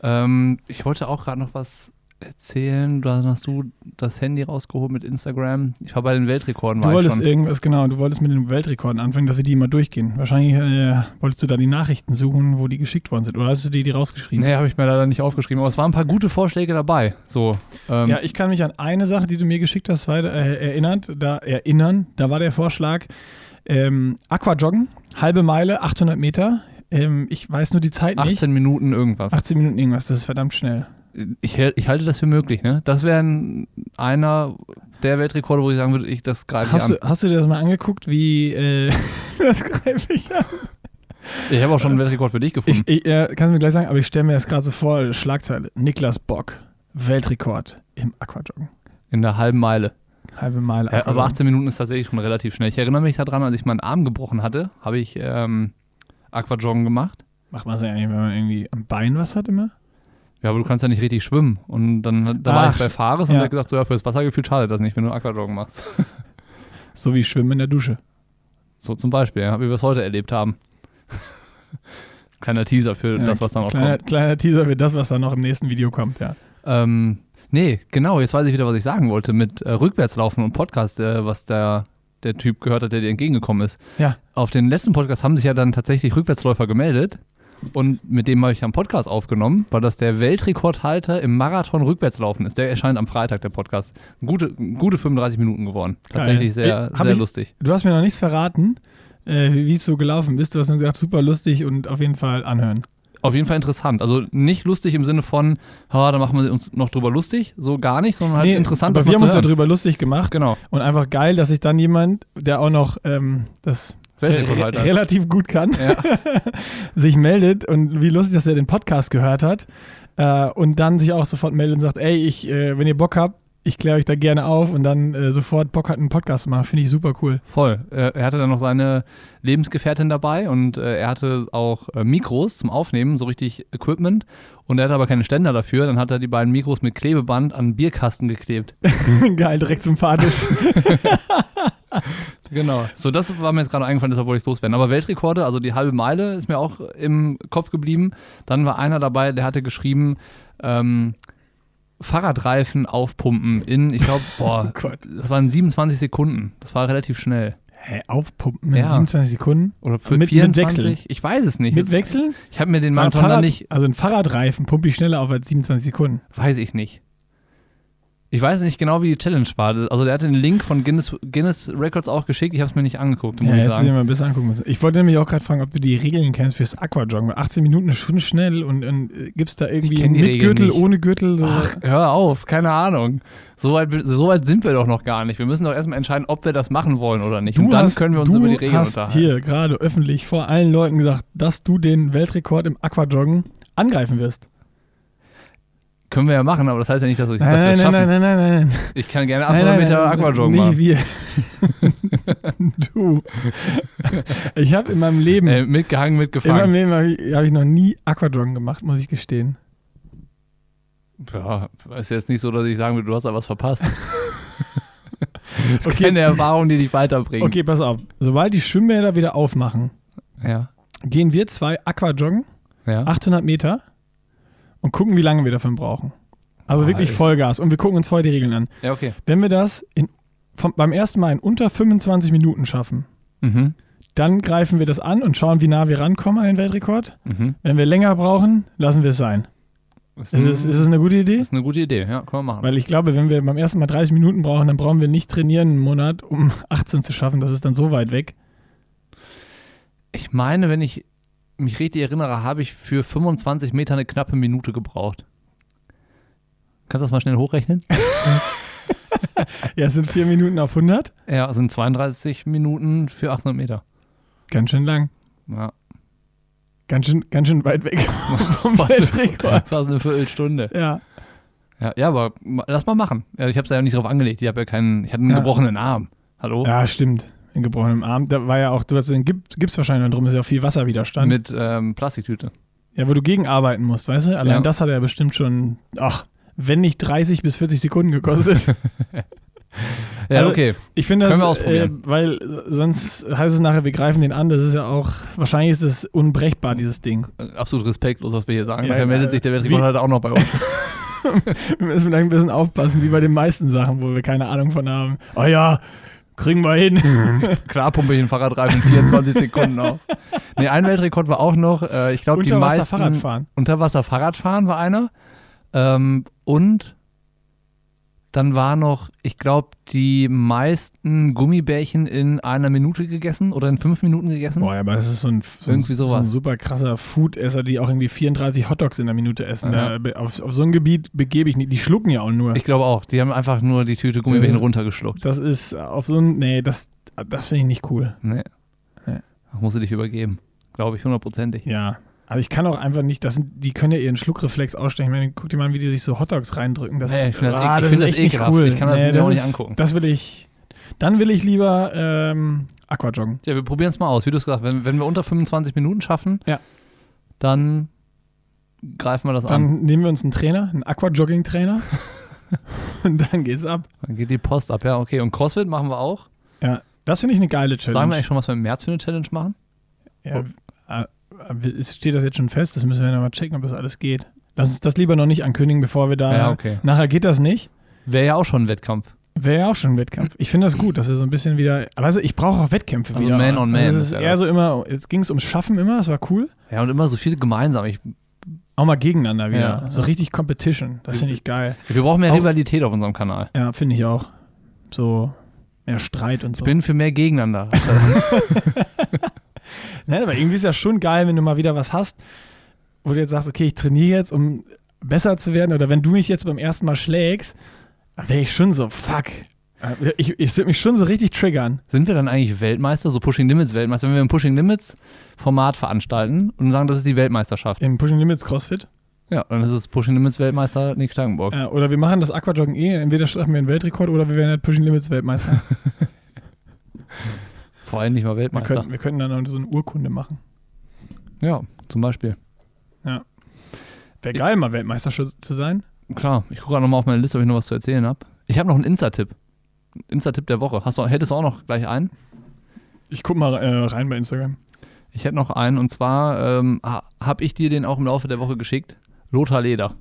Speaker 2: Ähm, ich wollte auch gerade noch was erzählen. Da hast du das Handy rausgeholt mit Instagram. Ich war bei den Weltrekorden.
Speaker 1: Du
Speaker 2: war
Speaker 1: wolltest
Speaker 2: ich schon.
Speaker 1: irgendwas, genau, du wolltest mit den Weltrekorden anfangen, dass wir die mal durchgehen. Wahrscheinlich äh, wolltest du da die Nachrichten suchen, wo die geschickt worden sind. Oder hast du dir die rausgeschrieben?
Speaker 2: Nee, habe ich mir leider nicht aufgeschrieben, aber es waren ein paar gute Vorschläge dabei. So, ähm,
Speaker 1: Ja, ich kann mich an eine Sache, die du mir geschickt hast, weiter, äh, erinnert, da, erinnern. Da war der Vorschlag, ähm, Aquajoggen, halbe Meile, 800 Meter. Ähm, ich weiß nur die Zeit nicht.
Speaker 2: 18 Minuten irgendwas.
Speaker 1: 18 Minuten irgendwas, das ist verdammt schnell.
Speaker 2: Ich, hält- ich halte das für möglich, ne? Das wäre ein- einer der Weltrekorde, wo ich sagen würde, ich das greife ich
Speaker 1: Hast
Speaker 2: an.
Speaker 1: du, hast du dir das mal angeguckt, wie... Äh, das greife ich an.
Speaker 2: Ich habe auch schon einen
Speaker 1: Äh,
Speaker 2: Weltrekord für dich gefunden.
Speaker 1: Ich, ich äh, kann es mir gleich sagen, aber ich stelle mir das gerade so vor, Schlagzeile. Niklas Bock, Weltrekord im Aquajoggen.
Speaker 2: in der halben Meile.
Speaker 1: Halbe Meile
Speaker 2: Ja, aber
Speaker 1: Aquajoggen.
Speaker 2: 18 Minuten ist tatsächlich schon relativ schnell. Ich erinnere mich daran, als ich meinen Arm gebrochen hatte, habe ich ähm, Aquajoggen gemacht.
Speaker 1: Macht man es ja eigentlich, wenn man irgendwie am Bein was hat immer?
Speaker 2: Ja, aber du kannst ja nicht richtig schwimmen. Und dann da war
Speaker 1: Ach,
Speaker 2: ich bei Fares und
Speaker 1: ja.
Speaker 2: der hat gesagt, so, ja, fürs Wassergefühl schadet das nicht, wenn du Aquajoggen machst.
Speaker 1: So wie Schwimmen in der Dusche.
Speaker 2: So zum Beispiel, ja, wie wir es heute erlebt haben. Kleiner Teaser für
Speaker 1: Ja,
Speaker 2: das, was dann auch
Speaker 1: kleiner,
Speaker 2: kommt.
Speaker 1: kleiner Teaser für das, was dann noch im nächsten Video kommt, ja.
Speaker 2: Ähm, nee, genau, jetzt weiß ich wieder, was ich sagen wollte mit äh, Rückwärtslaufen und Podcast, äh, was der, der Typ gehört hat, der dir entgegengekommen ist.
Speaker 1: Ja.
Speaker 2: Auf den letzten Podcast haben sich ja dann tatsächlich Rückwärtsläufer gemeldet. Und mit dem habe ich einen Podcast aufgenommen, weil das der Weltrekordhalter im Marathon Rückwärtslaufen ist. Der erscheint am Freitag, der Podcast. Gute, gute 35 Minuten geworden.
Speaker 1: Geil.
Speaker 2: Tatsächlich
Speaker 1: Äh,
Speaker 2: sehr,
Speaker 1: hab
Speaker 2: sehr
Speaker 1: ich-
Speaker 2: lustig.
Speaker 1: Du hast mir noch nichts verraten, äh, wie es so gelaufen ist. Du hast nur gesagt, super lustig und auf jeden Fall anhören.
Speaker 2: Auf jeden Fall interessant. Also nicht lustig im Sinne von, ha, da machen wir uns noch drüber lustig, so gar nicht, sondern halt interessant,
Speaker 1: aber
Speaker 2: das
Speaker 1: wir haben
Speaker 2: mal zu
Speaker 1: uns Äh,
Speaker 2: hören.
Speaker 1: darüber lustig gemacht
Speaker 2: Genau.
Speaker 1: und einfach geil, dass sich dann jemand, der auch noch ähm, das
Speaker 2: Weltrekordhalter.
Speaker 1: re- relativ gut kann,
Speaker 2: halt Ja.
Speaker 1: sich meldet und wie lustig, dass er den Podcast gehört hat äh, und dann sich auch sofort meldet und sagt, ey, ich, äh, wenn ihr Bock habt, ich kläre euch da gerne auf und dann äh, sofort Bock hat, einen Podcast zu machen. Finde ich super cool.
Speaker 2: Voll. Äh, Er hatte dann noch seine Lebensgefährtin dabei und äh, er hatte auch äh, Mikros zum Aufnehmen, so richtig Equipment. Und er hatte aber keine Ständer dafür. Dann hat er die beiden Mikros mit Klebeband an den Bierkasten geklebt.
Speaker 1: Geil, direkt sympathisch.
Speaker 2: Genau. So, das war mir jetzt gerade eingefallen, deshalb wollte ich es loswerden. Aber Weltrekorde, also die halbe Meile ist mir auch im Kopf geblieben. Dann war einer dabei, der hatte geschrieben, ähm, Fahrradreifen aufpumpen in, ich glaube, boah,
Speaker 1: Oh Gott.
Speaker 2: das waren 27 Sekunden. Das war relativ schnell.
Speaker 1: Hä, aufpumpen in
Speaker 2: Ja.
Speaker 1: 27 Sekunden.
Speaker 2: Oder für
Speaker 1: Mit- mit
Speaker 2: 24?
Speaker 1: Wechseln?
Speaker 2: ich weiß es nicht.
Speaker 1: Mit Wechseln?
Speaker 2: ich habe mir den
Speaker 1: Ein
Speaker 2: Marathon dann
Speaker 1: Fahrrad-
Speaker 2: nicht,
Speaker 1: also ein Fahrradreifen pumpe ich schneller auf als 27 Sekunden.
Speaker 2: weiß ich nicht. Ich weiß nicht genau, wie die Challenge war. Das- Also der hatte den Link von Guinness, Guinness Records auch geschickt. Ich habe es mir nicht angeguckt, muss
Speaker 1: ja,
Speaker 2: ich
Speaker 1: jetzt hättest du
Speaker 2: sagen.
Speaker 1: dir mal besser angucken müssen. Ich wollte nämlich auch gerade fragen, ob du die Regeln kennst fürs Aquajoggen. Weil 18 Minuten ist schon schnell und, und äh, gibt es da irgendwie
Speaker 2: kenn die
Speaker 1: mit
Speaker 2: Regeln
Speaker 1: Gürtel,
Speaker 2: nicht.
Speaker 1: ohne Gürtel? So.
Speaker 2: Ach, hör auf, keine Ahnung. So weit, so weit sind wir doch noch gar nicht. Wir müssen doch erstmal entscheiden, ob wir das machen wollen oder nicht. Und dann können wir uns
Speaker 1: du
Speaker 2: über die Regeln
Speaker 1: hast
Speaker 2: unterhalten.
Speaker 1: hier gerade öffentlich vor allen Leuten gesagt, dass du den Weltrekord im Aquajoggen angreifen wirst.
Speaker 2: Können wir ja machen, aber das heißt ja nicht, dass, ich, dass wir
Speaker 1: nein,
Speaker 2: es
Speaker 1: nein,
Speaker 2: schaffen.
Speaker 1: nein, nein, nein, nein.
Speaker 2: Ich kann gerne 800 Meter Aquajoggen
Speaker 1: Nicht
Speaker 2: machen.
Speaker 1: wir. du. Ich habe in meinem Leben,
Speaker 2: Äh, mitgehangen,
Speaker 1: in meinem
Speaker 2: mitgefangen.
Speaker 1: Leben habe ich, hab ich noch nie Aquajoggen gemacht, muss ich gestehen.
Speaker 2: Ja, ist jetzt nicht so, dass ich sagen würde, du hast da was verpasst. das ist
Speaker 1: Okay.
Speaker 2: keine Erfahrung, die dich weiterbringt.
Speaker 1: Okay, pass auf. Sobald die Schwimmbäder wieder aufmachen,
Speaker 2: Ja.
Speaker 1: gehen wir zwei Aquajoggen,
Speaker 2: Ja.
Speaker 1: 800 Meter, und gucken, wie lange wir davon brauchen. Also
Speaker 2: Boah,
Speaker 1: wirklich
Speaker 2: Ah, ist-
Speaker 1: Vollgas. Und wir gucken uns vorher die Regeln an.
Speaker 2: ja, okay.
Speaker 1: Wenn wir das in, vom, beim ersten Mal in unter 25 Minuten schaffen,
Speaker 2: Mhm.
Speaker 1: dann greifen wir das an und schauen, wie nah wir rankommen an den Weltrekord.
Speaker 2: Mhm.
Speaker 1: Wenn wir länger brauchen, lassen wir es sein.
Speaker 2: Also Ist,
Speaker 1: Ist, es, ist es eine gute Idee?
Speaker 2: ist eine gute Idee, ja, können wir machen.
Speaker 1: Weil ich glaube, wenn wir beim ersten Mal 30 Minuten brauchen, dann brauchen wir nicht trainieren einen Monat, um 18 zu schaffen. Das ist dann so weit weg.
Speaker 2: Ich meine, wenn ich mich richtig erinnere, habe ich für 25 Meter eine knappe Minute gebraucht. Kannst du das mal schnell hochrechnen?
Speaker 1: Ja, es sind 4 Minuten auf 100.
Speaker 2: ja, sind 32 Minuten für 800 Meter.
Speaker 1: Ganz schön lang.
Speaker 2: Ja.
Speaker 1: Ganz schön, ganz schön weit weg vom
Speaker 2: Fast
Speaker 1: Weltrekord.
Speaker 2: Fast eine Viertelstunde.
Speaker 1: Ja.
Speaker 2: Ja, ja aber ma- lass mal machen. Ja, ich habe es ja nicht drauf angelegt. Ich habe ja keinen, ich hatte einen
Speaker 1: Ja.
Speaker 2: gebrochenen Arm. Hallo?
Speaker 1: ja, stimmt. In gebrochenem Arm. Da war ja auch, du hast den Gips Gips wahrscheinlich noch drum, ist ja auch viel Wasserwiderstand.
Speaker 2: Mit ähm, Plastiktüte.
Speaker 1: Ja, wo du gegenarbeiten musst, weißt du? Allein
Speaker 2: Ja.
Speaker 1: das hat er bestimmt schon, ach, wenn nicht 30 bis 40 Sekunden gekostet.
Speaker 2: Ja,
Speaker 1: Also,
Speaker 2: okay.
Speaker 1: Ich finde das,
Speaker 2: Können wir ausprobieren.
Speaker 1: Äh, weil sonst heißt es nachher, wir greifen den an. Das ist ja auch, wahrscheinlich ist es unbrechbar, dieses Ding.
Speaker 2: Äh, Absolut respektlos, was wir hier sagen.
Speaker 1: Ja,
Speaker 2: Nachher meldet
Speaker 1: äh,
Speaker 2: sich der Weltrekord
Speaker 1: wie-
Speaker 2: heute auch noch bei uns.
Speaker 1: Wir müssen vielleicht ein bisschen aufpassen, wie bei den meisten Sachen, wo wir keine Ahnung von haben. Oh ja, kriegen wir hin.
Speaker 2: Klar pumpe ich den Fahrradreifen in 24 Sekunden auf. Nee, ein Weltrekord war auch noch, äh, ich glaube, die
Speaker 1: Unter Wasser
Speaker 2: meisten...
Speaker 1: Fahrrad fahren.
Speaker 2: Unterwasser Fahrradfahren war einer. Ähm, und dann war noch, ich glaube, die meisten Gummibärchen in einer Minute gegessen oder in fünf Minuten gegessen.
Speaker 1: Boah, ja, aber das ist so ein, so ein,
Speaker 2: Hm? Irgendwie
Speaker 1: so ein
Speaker 2: sowas.
Speaker 1: super krasser Foodesser, die auch irgendwie 34 Hotdogs in der Minute essen.
Speaker 2: Ja.
Speaker 1: Da, be- auf, auf so ein Gebiet begebe ich nicht. Die schlucken ja auch nur.
Speaker 2: Ich glaube auch. Die haben einfach nur die Tüte Gummibärchen
Speaker 1: Das ist-
Speaker 2: runtergeschluckt.
Speaker 1: Das ist auf so ein. Nee, das, das finde ich nicht cool.
Speaker 2: Nee.
Speaker 1: Nee.
Speaker 2: Da musst du dich übergeben. Glaube ich, hundertprozentig.
Speaker 1: Ja. Also ich kann auch einfach nicht, das sind, die können ja ihren Schluckreflex ausstechen. Ich meine, guck dir mal an, wie die sich so Hotdogs reindrücken. Das,
Speaker 2: Nee, ich find das
Speaker 1: ah,
Speaker 2: ek-
Speaker 1: das
Speaker 2: ich find
Speaker 1: ist
Speaker 2: das
Speaker 1: echt nicht
Speaker 2: ekelhaft.
Speaker 1: cool.
Speaker 2: Ich kann das
Speaker 1: nee,
Speaker 2: mir auch nicht
Speaker 1: ist-
Speaker 2: angucken.
Speaker 1: Das will ich, dann will ich lieber ähm, Aquajoggen.
Speaker 2: Ja, wir probieren es mal aus. Wie du es gesagt hast, wenn, wenn wir unter 25 Minuten schaffen,
Speaker 1: Ja.
Speaker 2: dann greifen wir das an.
Speaker 1: Dann nehmen wir uns einen Trainer, einen Aquajogging-Trainer und dann geht's ab.
Speaker 2: Dann geht die Post ab. Ja, okay. Und CrossFit machen wir auch.
Speaker 1: Ja, das finde ich eine geile
Speaker 2: Sagen wir
Speaker 1: Challenge.
Speaker 2: eigentlich schon, was wir im März für eine Challenge machen?
Speaker 1: ja, äh, äh, steht das jetzt schon fest? Das müssen wir nochmal checken, ob das alles geht. Lass uns das lieber noch nicht ankündigen, bevor wir da.
Speaker 2: Ja, okay.
Speaker 1: Nachher geht das nicht.
Speaker 2: Wäre ja auch schon ein Wettkampf.
Speaker 1: Wäre ja auch schon ein Wettkampf. Ich finde das gut, dass wir so ein bisschen wieder. Also ich brauche auch Wettkämpfe
Speaker 2: Also
Speaker 1: wieder.
Speaker 2: Man on Man
Speaker 1: Also es
Speaker 2: ist
Speaker 1: ist
Speaker 2: ja
Speaker 1: eher
Speaker 2: das.
Speaker 1: so immer, jetzt ging es ums Schaffen immer, das war cool.
Speaker 2: Ja, und immer so viel gemeinsam. Ich,
Speaker 1: Auch mal gegeneinander wieder.
Speaker 2: Ja.
Speaker 1: So richtig Competition. Das finde ich geil.
Speaker 2: wir brauchen mehr
Speaker 1: Auch-
Speaker 2: Rivalität auf unserem Kanal.
Speaker 1: Ja, finde ich auch. So mehr Streit und
Speaker 2: Ich
Speaker 1: so.
Speaker 2: bin für mehr Gegeneinander.
Speaker 1: Nein, Ne, aber irgendwie ist ja schon geil, wenn du mal wieder was hast, wo du jetzt sagst, okay, ich trainiere jetzt, um besser zu werden. Oder wenn du mich jetzt beim ersten Mal schlägst, dann wäre ich schon so, fuck. Ich, ich würde mich schon so richtig triggern.
Speaker 2: Sind wir dann eigentlich Weltmeister, so Pushing Limits Weltmeister, wenn wir ein Pushing Limits Format veranstalten und sagen, das ist die Weltmeisterschaft?
Speaker 1: Im Pushing Limits Crossfit.
Speaker 2: Ja, dann ist es Pushing Limits Weltmeister Nick Stangenburg.
Speaker 1: Ja, oder wir machen das Aquajoggen eh. Entweder schaffen wir einen Weltrekord oder wir werden halt Pushing Limits Weltmeister.
Speaker 2: Vor allem nicht mal
Speaker 1: Wir
Speaker 2: Weltmeister.
Speaker 1: könnten, wir könnten dann noch so eine Urkunde machen.
Speaker 2: Ja, zum Beispiel.
Speaker 1: Wäre geil, mal Weltmeister schu- zu sein.
Speaker 2: Klar, ich gucke gerade nochmal auf meine Liste, ob ich noch was zu erzählen habe. Ich habe noch einen Insta-Tipp. Insta-Tipp der Woche. Hast du, hättest du auch noch gleich einen?
Speaker 1: Ich guck mal äh, rein bei Instagram.
Speaker 2: Ich hätte noch einen und zwar ähm, habe ich dir den auch im Laufe der Woche geschickt. Lothar Leder.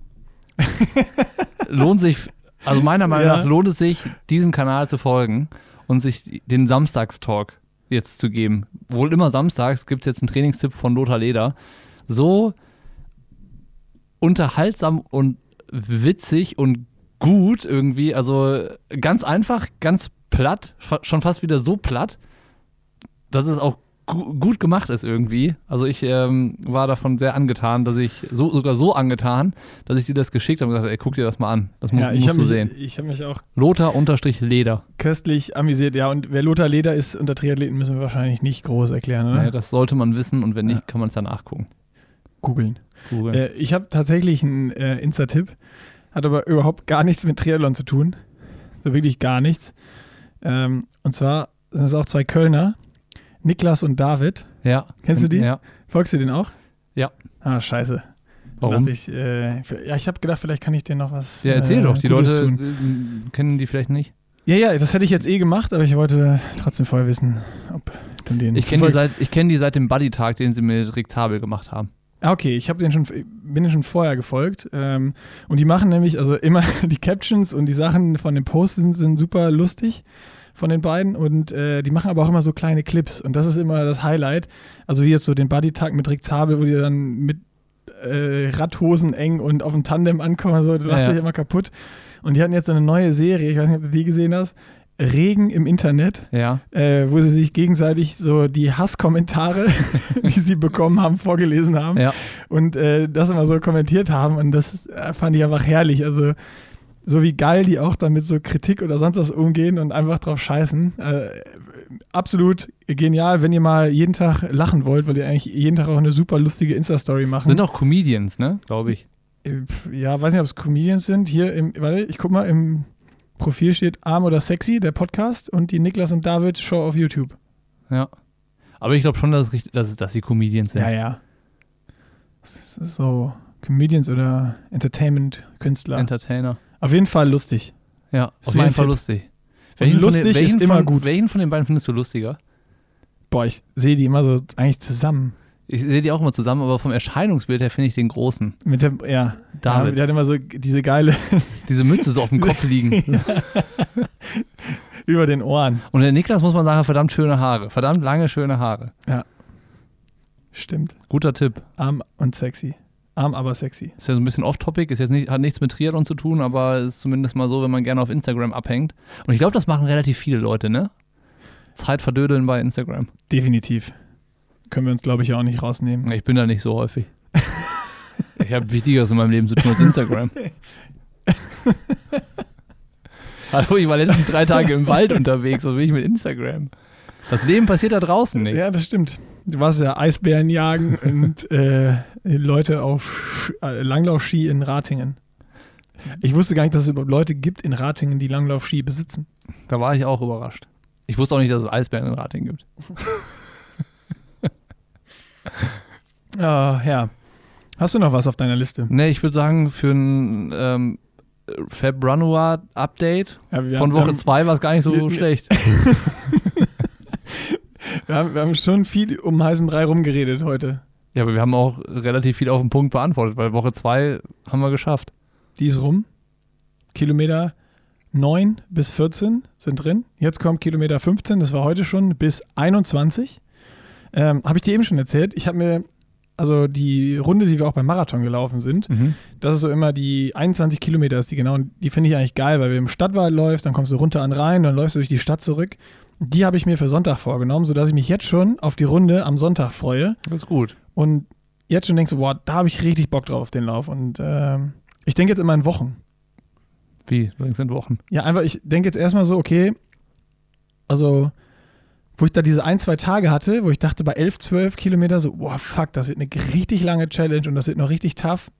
Speaker 2: lohnt sich, also meiner Meinung
Speaker 1: Ja.
Speaker 2: nach lohnt es sich, diesem Kanal zu folgen und sich den Samstagstalk jetzt zu geben. Wohl immer samstags gibt es jetzt einen Trainingstipp von Lothar Leder. So unterhaltsam und witzig und gut irgendwie. Also ganz einfach, ganz platt, fa- schon fast wieder so platt, dass es auch gu gut gemacht ist irgendwie. Also ich ähm, war davon sehr angetan, dass ich so, sogar so angetan, dass ich dir das geschickt habe und gesagt, ey, guck dir das mal an. Das muss,
Speaker 1: ja, ich
Speaker 2: musst
Speaker 1: habe
Speaker 2: du
Speaker 1: mich,
Speaker 2: sehen.
Speaker 1: ich hab mich auch
Speaker 2: Lothar-Leder.
Speaker 1: köstlich amüsiert. Ja, und wer Lothar Leder ist unter Triathleten, müssen wir wahrscheinlich nicht groß erklären, oder?
Speaker 2: Naja, das sollte man wissen und wenn nicht, kann man es dann nachgucken.
Speaker 1: Googeln.
Speaker 2: Google.
Speaker 1: Äh, ich habe tatsächlich einen äh, Insta-Tipp, hat aber überhaupt gar nichts mit Triathlon zu tun. So wirklich gar nichts. Ähm, und zwar sind es auch zwei Kölner, Niklas und David.
Speaker 2: ja.
Speaker 1: Äh, kennst du die?
Speaker 2: Ja.
Speaker 1: Folgst du den auch?
Speaker 2: Ja.
Speaker 1: Ah, scheiße.
Speaker 2: Warum?
Speaker 1: Dachte ich, äh, für- ja, ich habe gedacht, vielleicht kann ich dir noch was.
Speaker 2: Ja, erzähl
Speaker 1: äh,
Speaker 2: doch. Die
Speaker 1: Gutes
Speaker 2: Leute
Speaker 1: Tun.
Speaker 2: äh, kennen die vielleicht nicht.
Speaker 1: Ja, ja, das hätte ich jetzt eh gemacht, aber ich wollte trotzdem vorher wissen, ob gemacht. Und den
Speaker 2: Ich kenne die,
Speaker 1: verfolgst-
Speaker 2: seit- ich kenn die seit dem Buddy-Tag, den sie mit Rick Zabel gemacht haben.
Speaker 1: Ah, okay, ich hab den schon, bin den schon vorher gefolgt. Ähm, und die machen nämlich, also immer die Captions und die Sachen von den Posts sind, sind super lustig von den beiden. Und äh, die machen aber auch immer so kleine Clips. Und das ist immer das Highlight. Also wie jetzt so den Buddy-Tag mit Rick Zabel, wo die dann mit äh, Radhosen eng und auf dem Tandem ankommen. und So, du
Speaker 2: Ja,
Speaker 1: lachst
Speaker 2: ja.
Speaker 1: dich immer kaputt. Und die hatten jetzt so eine neue Serie, ich weiß nicht, ob du die gesehen hast. Regen im Internet
Speaker 2: Ja.
Speaker 1: äh, wo sie sich gegenseitig so die Hasskommentare, die sie bekommen haben, vorgelesen haben
Speaker 2: Ja.
Speaker 1: und äh, das immer so kommentiert haben und das äh, fand ich einfach herrlich. Also so wie geil die auch damit so Kritik oder sonst was umgehen und einfach drauf scheißen. Äh, absolut genial, wenn ihr mal jeden Tag lachen wollt, weil die eigentlich jeden Tag auch eine super lustige Insta-Story machen.
Speaker 2: Sind auch Comedians, ne? Glaube ich.
Speaker 1: Äh, pf, ja, weiß nicht, ob es Comedians sind. Hier im, warte, ich guck mal, im Profil steht Arm oder Sexy, der Podcast und die Niklas und David Show auf YouTube.
Speaker 2: Ja. Aber ich glaube schon, dass, es richtig, dass, es- dass sie Comedians sind.
Speaker 1: Ja, ja. Das ist So Comedians oder Entertainment-Künstler.
Speaker 2: Entertainer.
Speaker 1: Auf jeden Fall lustig.
Speaker 2: Ja,
Speaker 1: Ist
Speaker 2: auf
Speaker 1: mein
Speaker 2: jeden Fall
Speaker 1: Tipp.
Speaker 2: lustig.
Speaker 1: lustig ist
Speaker 2: welchen
Speaker 1: immer
Speaker 2: von,
Speaker 1: gut.
Speaker 2: Welchen von den beiden findest du lustiger?
Speaker 1: Boah, ich sehe die immer so eigentlich zusammen.
Speaker 2: Ich sehe die auch immer zusammen, aber vom Erscheinungsbild her finde ich den großen.
Speaker 1: Mit der, ja, ja,
Speaker 2: David.
Speaker 1: der hat immer so diese geile
Speaker 2: Diese Mütze so auf dem Kopf liegen.
Speaker 1: über den Ohren.
Speaker 2: Und der Niklas, muss man sagen, hat verdammt schöne Haare. Verdammt lange, schöne Haare.
Speaker 1: Stimmt.
Speaker 2: Guter Tipp.
Speaker 1: Arm und sexy. Arm, aber sexy.
Speaker 2: Ist ja so ein bisschen off-topic, ist jetzt nicht, hat nichts mit Triathlon zu tun, aber ist zumindest mal so, wenn man gerne auf Instagram abhängt. Und ich glaube, das machen relativ viele Leute, ne? Zeit verdödeln bei Instagram.
Speaker 1: Definitiv. Können wir uns, glaube ich, auch nicht rausnehmen.
Speaker 2: Ich bin da nicht so häufig. ich habe Wichtigeres in meinem Leben zu tun als Instagram. Hallo, ich war letzten drei Tage im Wald unterwegs, was will ich mit Instagram? Das Leben passiert da draußen nicht.
Speaker 1: Ja, das stimmt. Du warst ja Eisbären jagen und äh, Leute auf Sch äh, Langlaufski in Ratingen. Ich wusste gar nicht, dass es überhaupt Leute gibt in Ratingen, die Langlaufski besitzen.
Speaker 2: Da war ich auch überrascht. Ich wusste auch nicht, dass es Eisbären in Rating gibt.
Speaker 1: Ah, ja. Hast du noch was auf deiner Liste?
Speaker 2: Ne, ich würde sagen, für ein ähm, Februar-Update
Speaker 1: Ja, wir
Speaker 2: von
Speaker 1: haben,
Speaker 2: Woche 2 war es gar nicht
Speaker 1: wir- wir-
Speaker 2: so schlecht.
Speaker 1: Wir haben, wir haben schon viel um heißen Brei rumgeredet heute.
Speaker 2: Ja, aber wir haben auch relativ viel auf den Punkt beantwortet, weil Woche 2 haben wir geschafft.
Speaker 1: Die ist rum. Kilometer 9 bis 14 sind drin. Jetzt kommt Kilometer 15, das war heute schon, bis 21. Ähm, habe ich dir eben schon erzählt. Ich habe mir, also die Runde, die wir auch beim Marathon gelaufen sind, Das ist so immer die 21 Kilometer, ist die genau. Und die finde ich eigentlich geil, weil wenn du im Stadtwald läufst, dann kommst du runter an den Rhein, dann läufst du durch die Stadt zurück. Die habe ich mir für Sonntag vorgenommen, sodass ich mich jetzt schon auf die Runde am Sonntag freue
Speaker 2: Das ist gut.
Speaker 1: und jetzt schon denkst, boah, da habe ich richtig Bock drauf, auf den Lauf. Und ähm, ich denke jetzt immer in Wochen.
Speaker 2: Wie? Übrigens in Wochen.
Speaker 1: Ja, einfach, ich denke jetzt erstmal so, okay, also, wo ich da diese ein, zwei Tage hatte, wo ich dachte, bei 11, 12 Kilometer so, boah, fuck, das wird eine richtig lange Challenge und das wird noch richtig tough.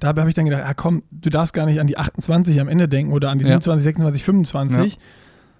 Speaker 1: Dabei habe ich dann gedacht, ah komm, du darfst gar nicht an die 28 am Ende denken oder an die
Speaker 2: Ja.
Speaker 1: 27, 26, 25,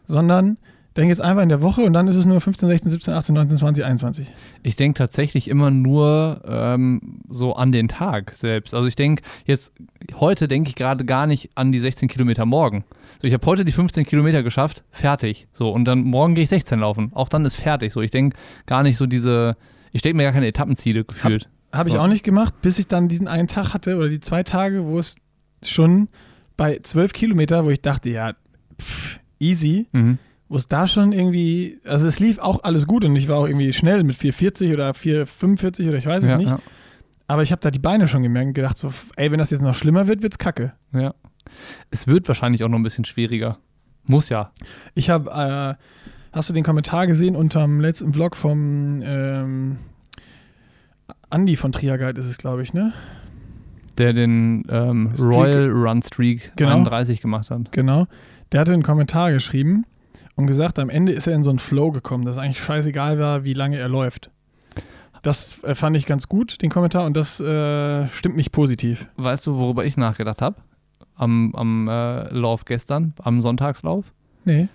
Speaker 1: sondern denk jetzt einfach in der Woche und dann ist es nur 15, 16, 17, 18, 19, 20, 21.
Speaker 2: Ich denke tatsächlich immer nur ähm, so an den Tag selbst. Also ich denke jetzt, heute denke ich gerade gar nicht an die 16 Kilometer morgen. So, ich habe heute die 15 Kilometer geschafft, fertig. So, und dann morgen gehe ich 16 laufen. Auch dann ist fertig. So, ich denke gar nicht so diese, ich stecke mir gar keine Etappenziele gefühlt.
Speaker 1: Habe ich
Speaker 2: So.
Speaker 1: auch nicht gemacht, bis ich dann diesen einen Tag hatte oder die zwei Tage, wo es schon bei 12 Kilometer, wo ich dachte, ja, pff, easy,
Speaker 2: Mhm.
Speaker 1: wo es da schon irgendwie, also es lief auch alles gut und ich war auch irgendwie schnell mit 4,40 oder 4,45 oder ich weiß es
Speaker 2: ja,
Speaker 1: nicht.
Speaker 2: Ja.
Speaker 1: Aber ich habe da die Beine schon gemerkt und gedacht, so, ey, wenn das jetzt noch schlimmer wird, wird's kacke.
Speaker 2: Ja. Es wird wahrscheinlich auch noch ein bisschen schwieriger. Muss ja.
Speaker 1: Ich habe, äh, hast du den Kommentar gesehen unterm letzten Vlog vom ähm, Andy von Triaguide ist es, glaube ich, ne?
Speaker 2: Der den ähm,
Speaker 1: Streak-
Speaker 2: Royal Run Streak
Speaker 1: Genau.
Speaker 2: 31 gemacht hat.
Speaker 1: Genau. Der hatte einen Kommentar geschrieben und gesagt, am Ende ist er in so einen Flow gekommen, dass es eigentlich scheißegal war, wie lange er läuft. Das äh, fand ich ganz gut, den Kommentar, und das äh, stimmt mich positiv.
Speaker 2: Weißt du, worüber ich nachgedacht habe? Am, am äh, Lauf gestern, am Sonntagslauf,
Speaker 1: Nee.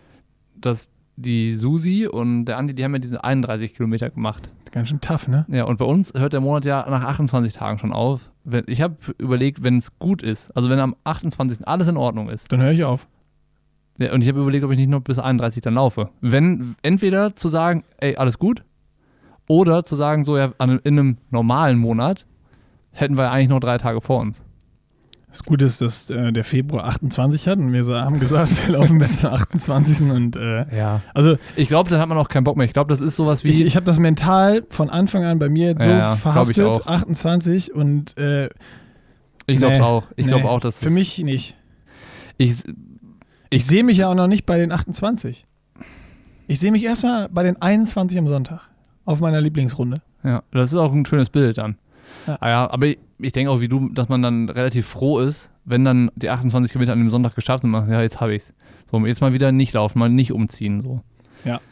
Speaker 2: dass die Susi und der Andi, die haben ja diese 31 Kilometer gemacht.
Speaker 1: Ganz schön tough, ne?
Speaker 2: Ja, und bei uns hört der Monat ja nach 28 Tagen schon auf. Wenn- Ich habe überlegt, wenn es gut ist, also wenn am 28. alles in Ordnung ist,
Speaker 1: Dann höre ich auf.
Speaker 2: Ja, und ich habe überlegt, ob ich nicht noch bis 31 dann laufe. Wenn, entweder zu sagen, ey, alles gut, oder zu sagen, so ja, an, in einem normalen Monat hätten wir eigentlich noch drei Tage vor uns.
Speaker 1: Das Gute ist, dass äh, der Februar 28 hat und wir sa- haben gesagt, wir laufen bis zum 28. und äh,
Speaker 2: Ja.
Speaker 1: also
Speaker 2: Ich glaube, dann hat man auch keinen Bock mehr. Ich glaube, das ist sowas wie.
Speaker 1: ich, ich habe das mental von Anfang an bei mir so
Speaker 2: Ja, ja, glaub ich
Speaker 1: verhaftet,
Speaker 2: auch.
Speaker 1: 28 und äh,
Speaker 2: ich glaube es
Speaker 1: nee,
Speaker 2: auch. Ich glaube
Speaker 1: nee,
Speaker 2: auch, dass.
Speaker 1: für mich nicht.
Speaker 2: Ich,
Speaker 1: Ich sehe mich ja auch noch nicht bei den 28. Ich sehe mich erstmal bei den 21 am Sonntag auf meiner Lieblingsrunde.
Speaker 2: Ja, das ist auch ein schönes Bild dann.
Speaker 1: Ja.
Speaker 2: Ja. Ja, aber ich, ich denke auch wie du, dass man dann relativ froh ist, wenn dann die 28 Kilometer an dem Sonntag gestartet sind und man sagt, ja, jetzt habe ich's. So, um jetzt mal wieder nicht laufen, mal nicht umziehen. So.
Speaker 1: Da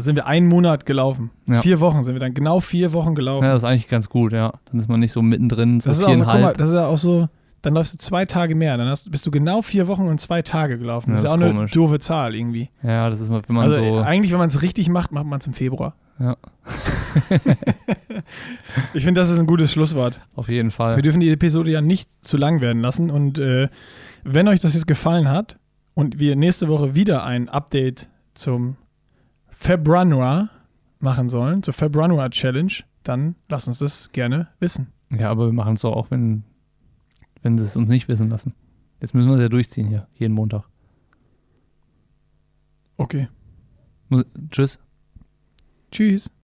Speaker 1: sind wir einen Monat gelaufen.
Speaker 2: Ja.
Speaker 1: Vier Wochen sind wir dann genau vier Wochen gelaufen.
Speaker 2: Ja, das ist eigentlich ganz gut, ja. Dann ist man nicht so mittendrin, so
Speaker 1: das ist auch so, guck mal,
Speaker 2: viereinhalb.
Speaker 1: das ist ja auch so, dann läufst du zwei Tage mehr, dann hast, bist du genau vier Wochen und zwei Tage gelaufen.
Speaker 2: Ja,
Speaker 1: das, ist
Speaker 2: das
Speaker 1: ja
Speaker 2: ist
Speaker 1: auch eine
Speaker 2: komisch.
Speaker 1: doofe Zahl irgendwie.
Speaker 2: ja, das ist mal, wenn man
Speaker 1: also äh,
Speaker 2: so.
Speaker 1: eigentlich, wenn man es richtig macht, macht man es im Februar.
Speaker 2: Ja.
Speaker 1: ich finde, das ist ein gutes Schlusswort.
Speaker 2: Auf jeden Fall.
Speaker 1: Wir dürfen die Episode ja nicht zu lang werden lassen. Und äh, wenn euch das jetzt gefallen hat und wir nächste Woche wieder ein Update zum Februar machen sollen, zur Februar Challenge, dann lasst uns das gerne wissen.
Speaker 2: Ja, aber wir machen es so auch, wenn, wenn sie es uns nicht wissen lassen. Jetzt müssen wir es ja durchziehen hier, jeden Montag.
Speaker 1: Okay.
Speaker 2: Mu- Tschüss.
Speaker 1: Tschüss.